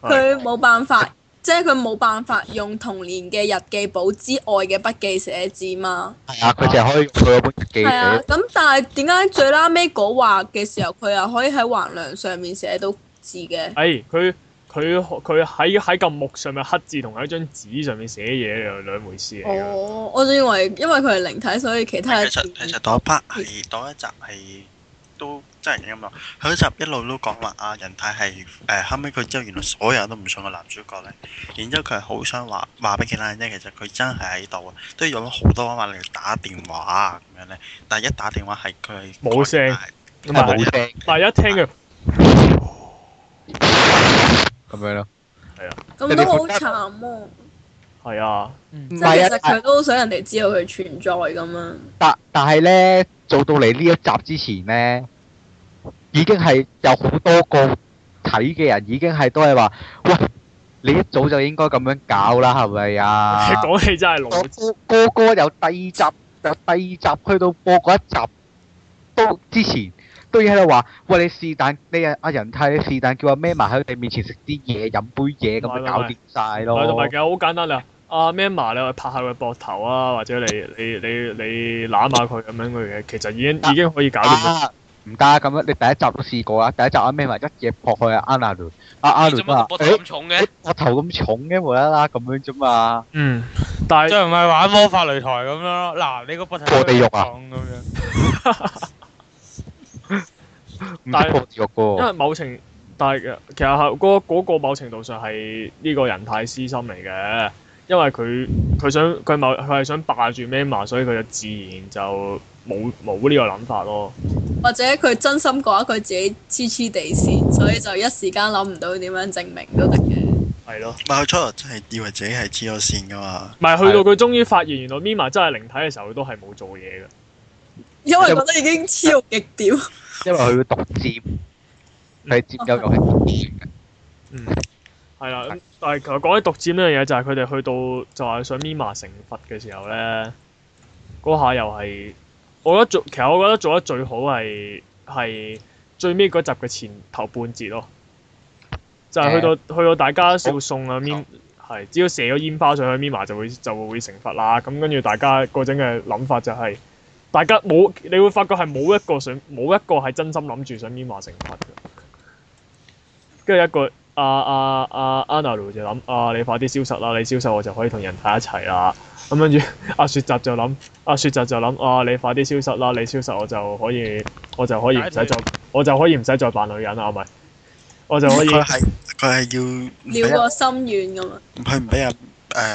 [SPEAKER 2] 佢冇辦法，即係佢冇辦法用童年嘅日記簿之外嘅筆記寫字嘛。
[SPEAKER 1] 係啊，佢淨係可以用佢嗰本日記
[SPEAKER 2] 係啊
[SPEAKER 1] 寫，，
[SPEAKER 2] 咁但係點解最拉尾嗰畫嘅時候，佢又可以喺橫梁上面寫到字嘅？
[SPEAKER 5] 係哎佢佢佢喺喺嚿木上面刻字，同喺張紙上面寫嘢又兩回事嚟嘅。
[SPEAKER 2] 哦，我就認為因為佢係靈體，所以其他
[SPEAKER 4] 其
[SPEAKER 2] 人
[SPEAKER 4] 實其實嗰 part 係嗰一集係都真係咁咯，佢嗰集一路都講話阿仁太係誒後尾佢之後原來所有人都唔信個男主角咧，然之後佢係好想話話俾其他人聽，其實佢真係喺度啊，都用咗好多方法嚟打電話啊咁樣咧，但係一打電話係佢係
[SPEAKER 5] 冇聲
[SPEAKER 4] 改
[SPEAKER 5] 咁
[SPEAKER 1] 咁啊
[SPEAKER 5] 啊
[SPEAKER 1] 冇
[SPEAKER 5] 係，
[SPEAKER 1] 聲
[SPEAKER 5] 但係一聽佢
[SPEAKER 1] 咁樣咯。
[SPEAKER 2] 咁都好慘喎！
[SPEAKER 5] 係啊，
[SPEAKER 1] 唔
[SPEAKER 2] 即係其
[SPEAKER 1] 係
[SPEAKER 2] 實
[SPEAKER 1] 啊，但
[SPEAKER 2] 佢都好想人哋知道佢存在咁樣。
[SPEAKER 1] 但但係咧，做到嚟呢一集之前咧，已經係有好多個睇嘅人已經係都係話：，喂，你一早就應該咁樣搞啦，係咪啊？哦
[SPEAKER 5] 講起真係老
[SPEAKER 1] 我哥哥由第二集由第二集去到播嗰一集，都之前都已經喺度話：，喂，你是但你阿阿仁泰，你是但叫阿孭埋喺你面前食啲嘢，飲杯嘢咁就搞掂晒
[SPEAKER 5] 係同埋
[SPEAKER 1] 咯
[SPEAKER 5] 其。實好簡單啊！阿 Mama 你去拍下佢膊頭啊，或者你你你你攬下佢咁樣嘅嘢，其實已經已經可以搞掂。
[SPEAKER 1] 啊唔得咁樣，你第一集都試過啦，第一集阿孭埋一嘢撲去阿阿倫，阿阿
[SPEAKER 6] 做
[SPEAKER 1] 倫
[SPEAKER 6] 乜
[SPEAKER 1] 話：，
[SPEAKER 6] 個膊頭
[SPEAKER 1] 誒
[SPEAKER 6] 咁重
[SPEAKER 1] 你
[SPEAKER 6] 嘅？
[SPEAKER 1] 個頭咁重嘅無啦啦咁樣啫嘛，
[SPEAKER 5] 嗯，但
[SPEAKER 3] 即
[SPEAKER 5] 係
[SPEAKER 3] 係唔係玩魔法擂台咁樣咯？嗱，你個膊頭
[SPEAKER 1] 破地獄啊
[SPEAKER 3] 咁樣，
[SPEAKER 1] 唔
[SPEAKER 5] 但係
[SPEAKER 1] 識破地獄
[SPEAKER 5] 因
[SPEAKER 1] 噶
[SPEAKER 5] 為某程，但係其實係嗰嗰個某程度上係呢個人太私心嚟嘅，因為佢佢想佢某佢係想霸住 Mama，所以佢就自然就冇冇呢個諗法咯。
[SPEAKER 2] 或者佢真心覺得佢自己黐黐地線，所以就一時間諗唔到點樣證明都得嘅。
[SPEAKER 5] 係咯，
[SPEAKER 4] 唔係佢初頭真係以為自己係黐咗線噶嘛，
[SPEAKER 5] 唔係去到佢終於發現原來 Mima 真係靈體嘅時候，佢都係冇做嘢嘅。
[SPEAKER 2] 因為覺得已經超極點，
[SPEAKER 1] 因為佢要毒尖，佢尖有遊戲毒尖嘅，
[SPEAKER 5] 嗯，係啦。咁但係其實講起毒箭呢樣嘢，就係佢哋去到就係想 Mima 成佛嘅時候咧，嗰下又係我覺得做，其實我覺得做得最好係係最尾嗰集嘅前頭半節咯，就係、去到、去到大家要送啊 Mima 係，只要射咗煙花上去，Mima 就會就會成佛啦。咁跟住大家嗰陣嘅諗法就係、大家冇，你會發覺係冇一個想，冇一個係真心諗住想 Mima 成佛嘅。跟住一個阿阿啊阿阿娜就諗啊，你快啲消失啦！你消失我就可以同人太一齊啦。咁跟住 阿雪澤就諗，阿雪澤就諗啊，你快啲消失啦！你消失我就可以，我就可以唔使再，我就可以唔使再扮女人啦，係咪？我 就可以。
[SPEAKER 4] 佢係佢係要唔俾
[SPEAKER 2] 了個心願咁啊！
[SPEAKER 4] 佢唔俾阿誒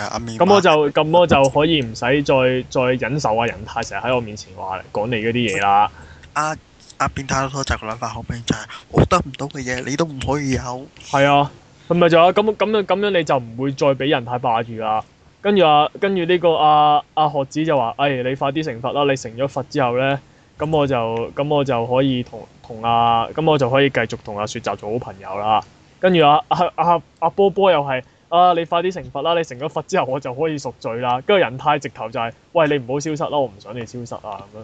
[SPEAKER 4] 阿面
[SPEAKER 5] 咁我
[SPEAKER 4] 猛
[SPEAKER 5] 就咁我就可以唔使再再忍受啊！人太成日喺我面前話講你嗰啲嘢啦。
[SPEAKER 4] 阿阿變態多集嘅諗法好變態，我得唔到嘅嘢你都唔可以有。
[SPEAKER 5] 係啊，咁咪就係咁咁樣咁樣你就唔會再俾人太霸住啊啦。啊哎跟住啊，跟住呢個阿阿學子就話：，誒、你快啲成佛啦！你成咗佛之後咧，咁我就咁我就可以同同阿咁我就可以繼續同阿雪澤做好朋友啦。跟住啊阿阿阿阿波波又係啊，你快啲成佛啦！你成咗佛之後，我就可以贖罪啦。跟住人太直頭就係、喂，你唔好消失啦，我唔想你消失啊咁樣。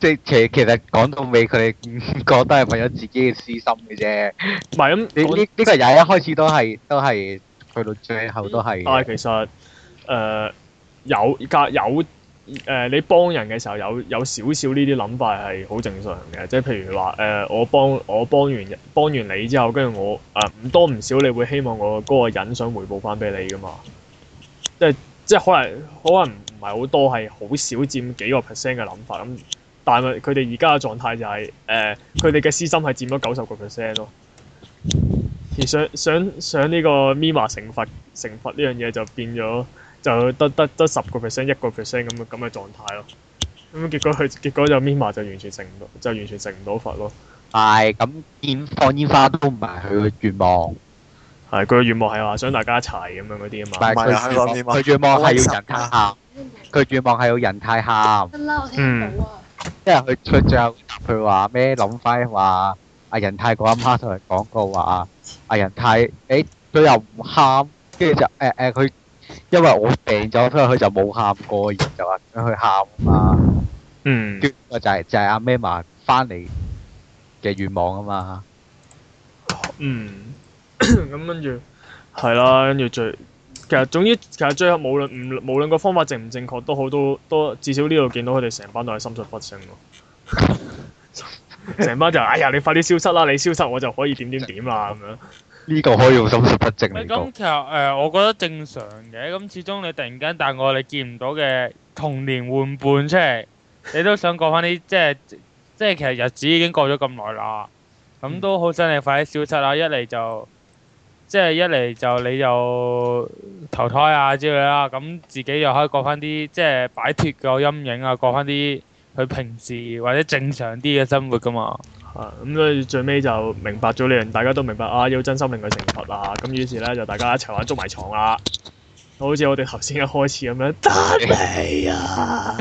[SPEAKER 1] 即係其其實講到尾，佢哋覺得係為咗自己嘅私心嘅啫。
[SPEAKER 5] 唔係咁
[SPEAKER 1] 你
[SPEAKER 5] 講
[SPEAKER 1] 呢呢個人一開始都係都係去到最後都係
[SPEAKER 5] 但係其實誒、呃有隔有誒、呃你幫人嘅時候有有少少呢啲諗法係好正常嘅，即係譬如話誒、呃我幫我幫完人幫完你之後，跟住我誒唔、多唔少，你會希望我嗰個人想回報翻俾你噶嘛？即係即係可能可能唔係好多，係好少佔幾個 percent 嘅諗法咁。但係佢哋而家嘅狀態就係、誒，佢哋嘅私心係佔咗九十個 percent 咯。而想想想呢個 Mima 懲罰懲罰呢樣嘢就變咗就得得得十個 percent 一個 percent 咁嘅咁嘅狀態咯。咁結果佢結果就 Mima 就完全成唔到，就完全成唔到佛咯。
[SPEAKER 1] 係咁見放煙花都唔係佢嘅願望，
[SPEAKER 5] 係佢嘅願望係話想大家一齊咁樣嗰啲啊嘛。
[SPEAKER 1] 但係
[SPEAKER 4] 唔係啊
[SPEAKER 1] 佢願望
[SPEAKER 4] 香港
[SPEAKER 1] 佢願望
[SPEAKER 4] 好開心
[SPEAKER 1] 係要人太喊，佢願望係要人太喊，
[SPEAKER 7] 得啦，我
[SPEAKER 2] 嗯
[SPEAKER 7] 聽
[SPEAKER 5] 嗯
[SPEAKER 7] 唔到啊。
[SPEAKER 1] 因為佢出最後答佢話咩諗翻話阿仁太個阿媽同佢講過話，阿仁太誒佢又唔喊，跟住就誒誒佢因為我病咗，所以佢就冇喊過，然後就話想去喊啊嘛。
[SPEAKER 5] 嗯，
[SPEAKER 1] 跟住就係就係阿 Mema 翻嚟嘅願望啊嘛。
[SPEAKER 5] 嗯， 咁跟住係啦，跟住最其實總之其實最後無論唔無論個方法正唔正確都好，都都至少呢度見到佢哋成班都係心術不正咯。 成班就哎呀，你快啲消失啦！你消失我就可以點點點啦咁樣。
[SPEAKER 1] 呢個可以用心術不正
[SPEAKER 3] 喂
[SPEAKER 1] 嚟
[SPEAKER 3] 咁
[SPEAKER 1] 講，
[SPEAKER 3] 其實誒、呃我覺得正常嘅。咁始終你突然間帶我哋見唔到嘅童年玩伴出嚟，你都想過翻啲即係即係其實日子已經過咗咁耐啦。咁都好想你快啲消失啦！一嚟就即係一嚟就你就投胎啊之類啦，咁自己又可以過翻啲即係擺脱個陰影啊，過翻啲佢平時或者正常啲嘅生活噶嘛。
[SPEAKER 5] 啊，咁所以最尾就明白咗呢樣，大家都明白啊，要真心令佢懲罰啊。咁於是咧就大家一齊玩捉迷藏啦，好似我哋頭先一開始咁樣，得未啊？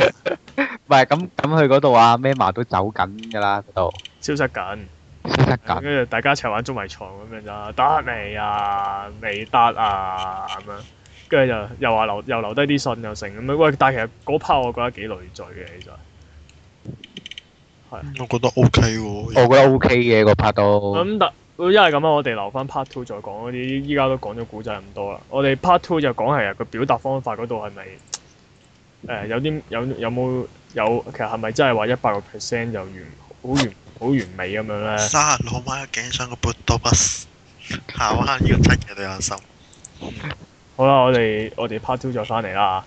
[SPEAKER 1] 唔係咁咁佢嗰度阿 Mema 都走緊㗎啦，嗰度
[SPEAKER 5] 消失緊，
[SPEAKER 1] 消失緊。
[SPEAKER 5] 跟住大家一齊玩捉迷藏咁樣咋，得未啊？未得啊咁樣，跟住就又話留又留低啲信又成咁樣。喂，但係其實嗰 part 我覺得幾累贅嘅，其實
[SPEAKER 4] 我覺得 O K 喎。
[SPEAKER 1] 我覺得 OK 嘅個拍到，
[SPEAKER 5] 咁但因為咁啊，我哋留翻 part two 再講嗰啲，依家都講咗古仔咁多啦。我哋 part two 就講係個表達方法嗰度係咪誒有啲有有冇有其實係咪真係話一百個 percent 就完好完好完美咁樣咧？
[SPEAKER 4] 沙老媽嘅頸上個 b u d d 下彎要真嘅對眼心。
[SPEAKER 5] 好啦，我哋我哋 part two 再翻嚟啦。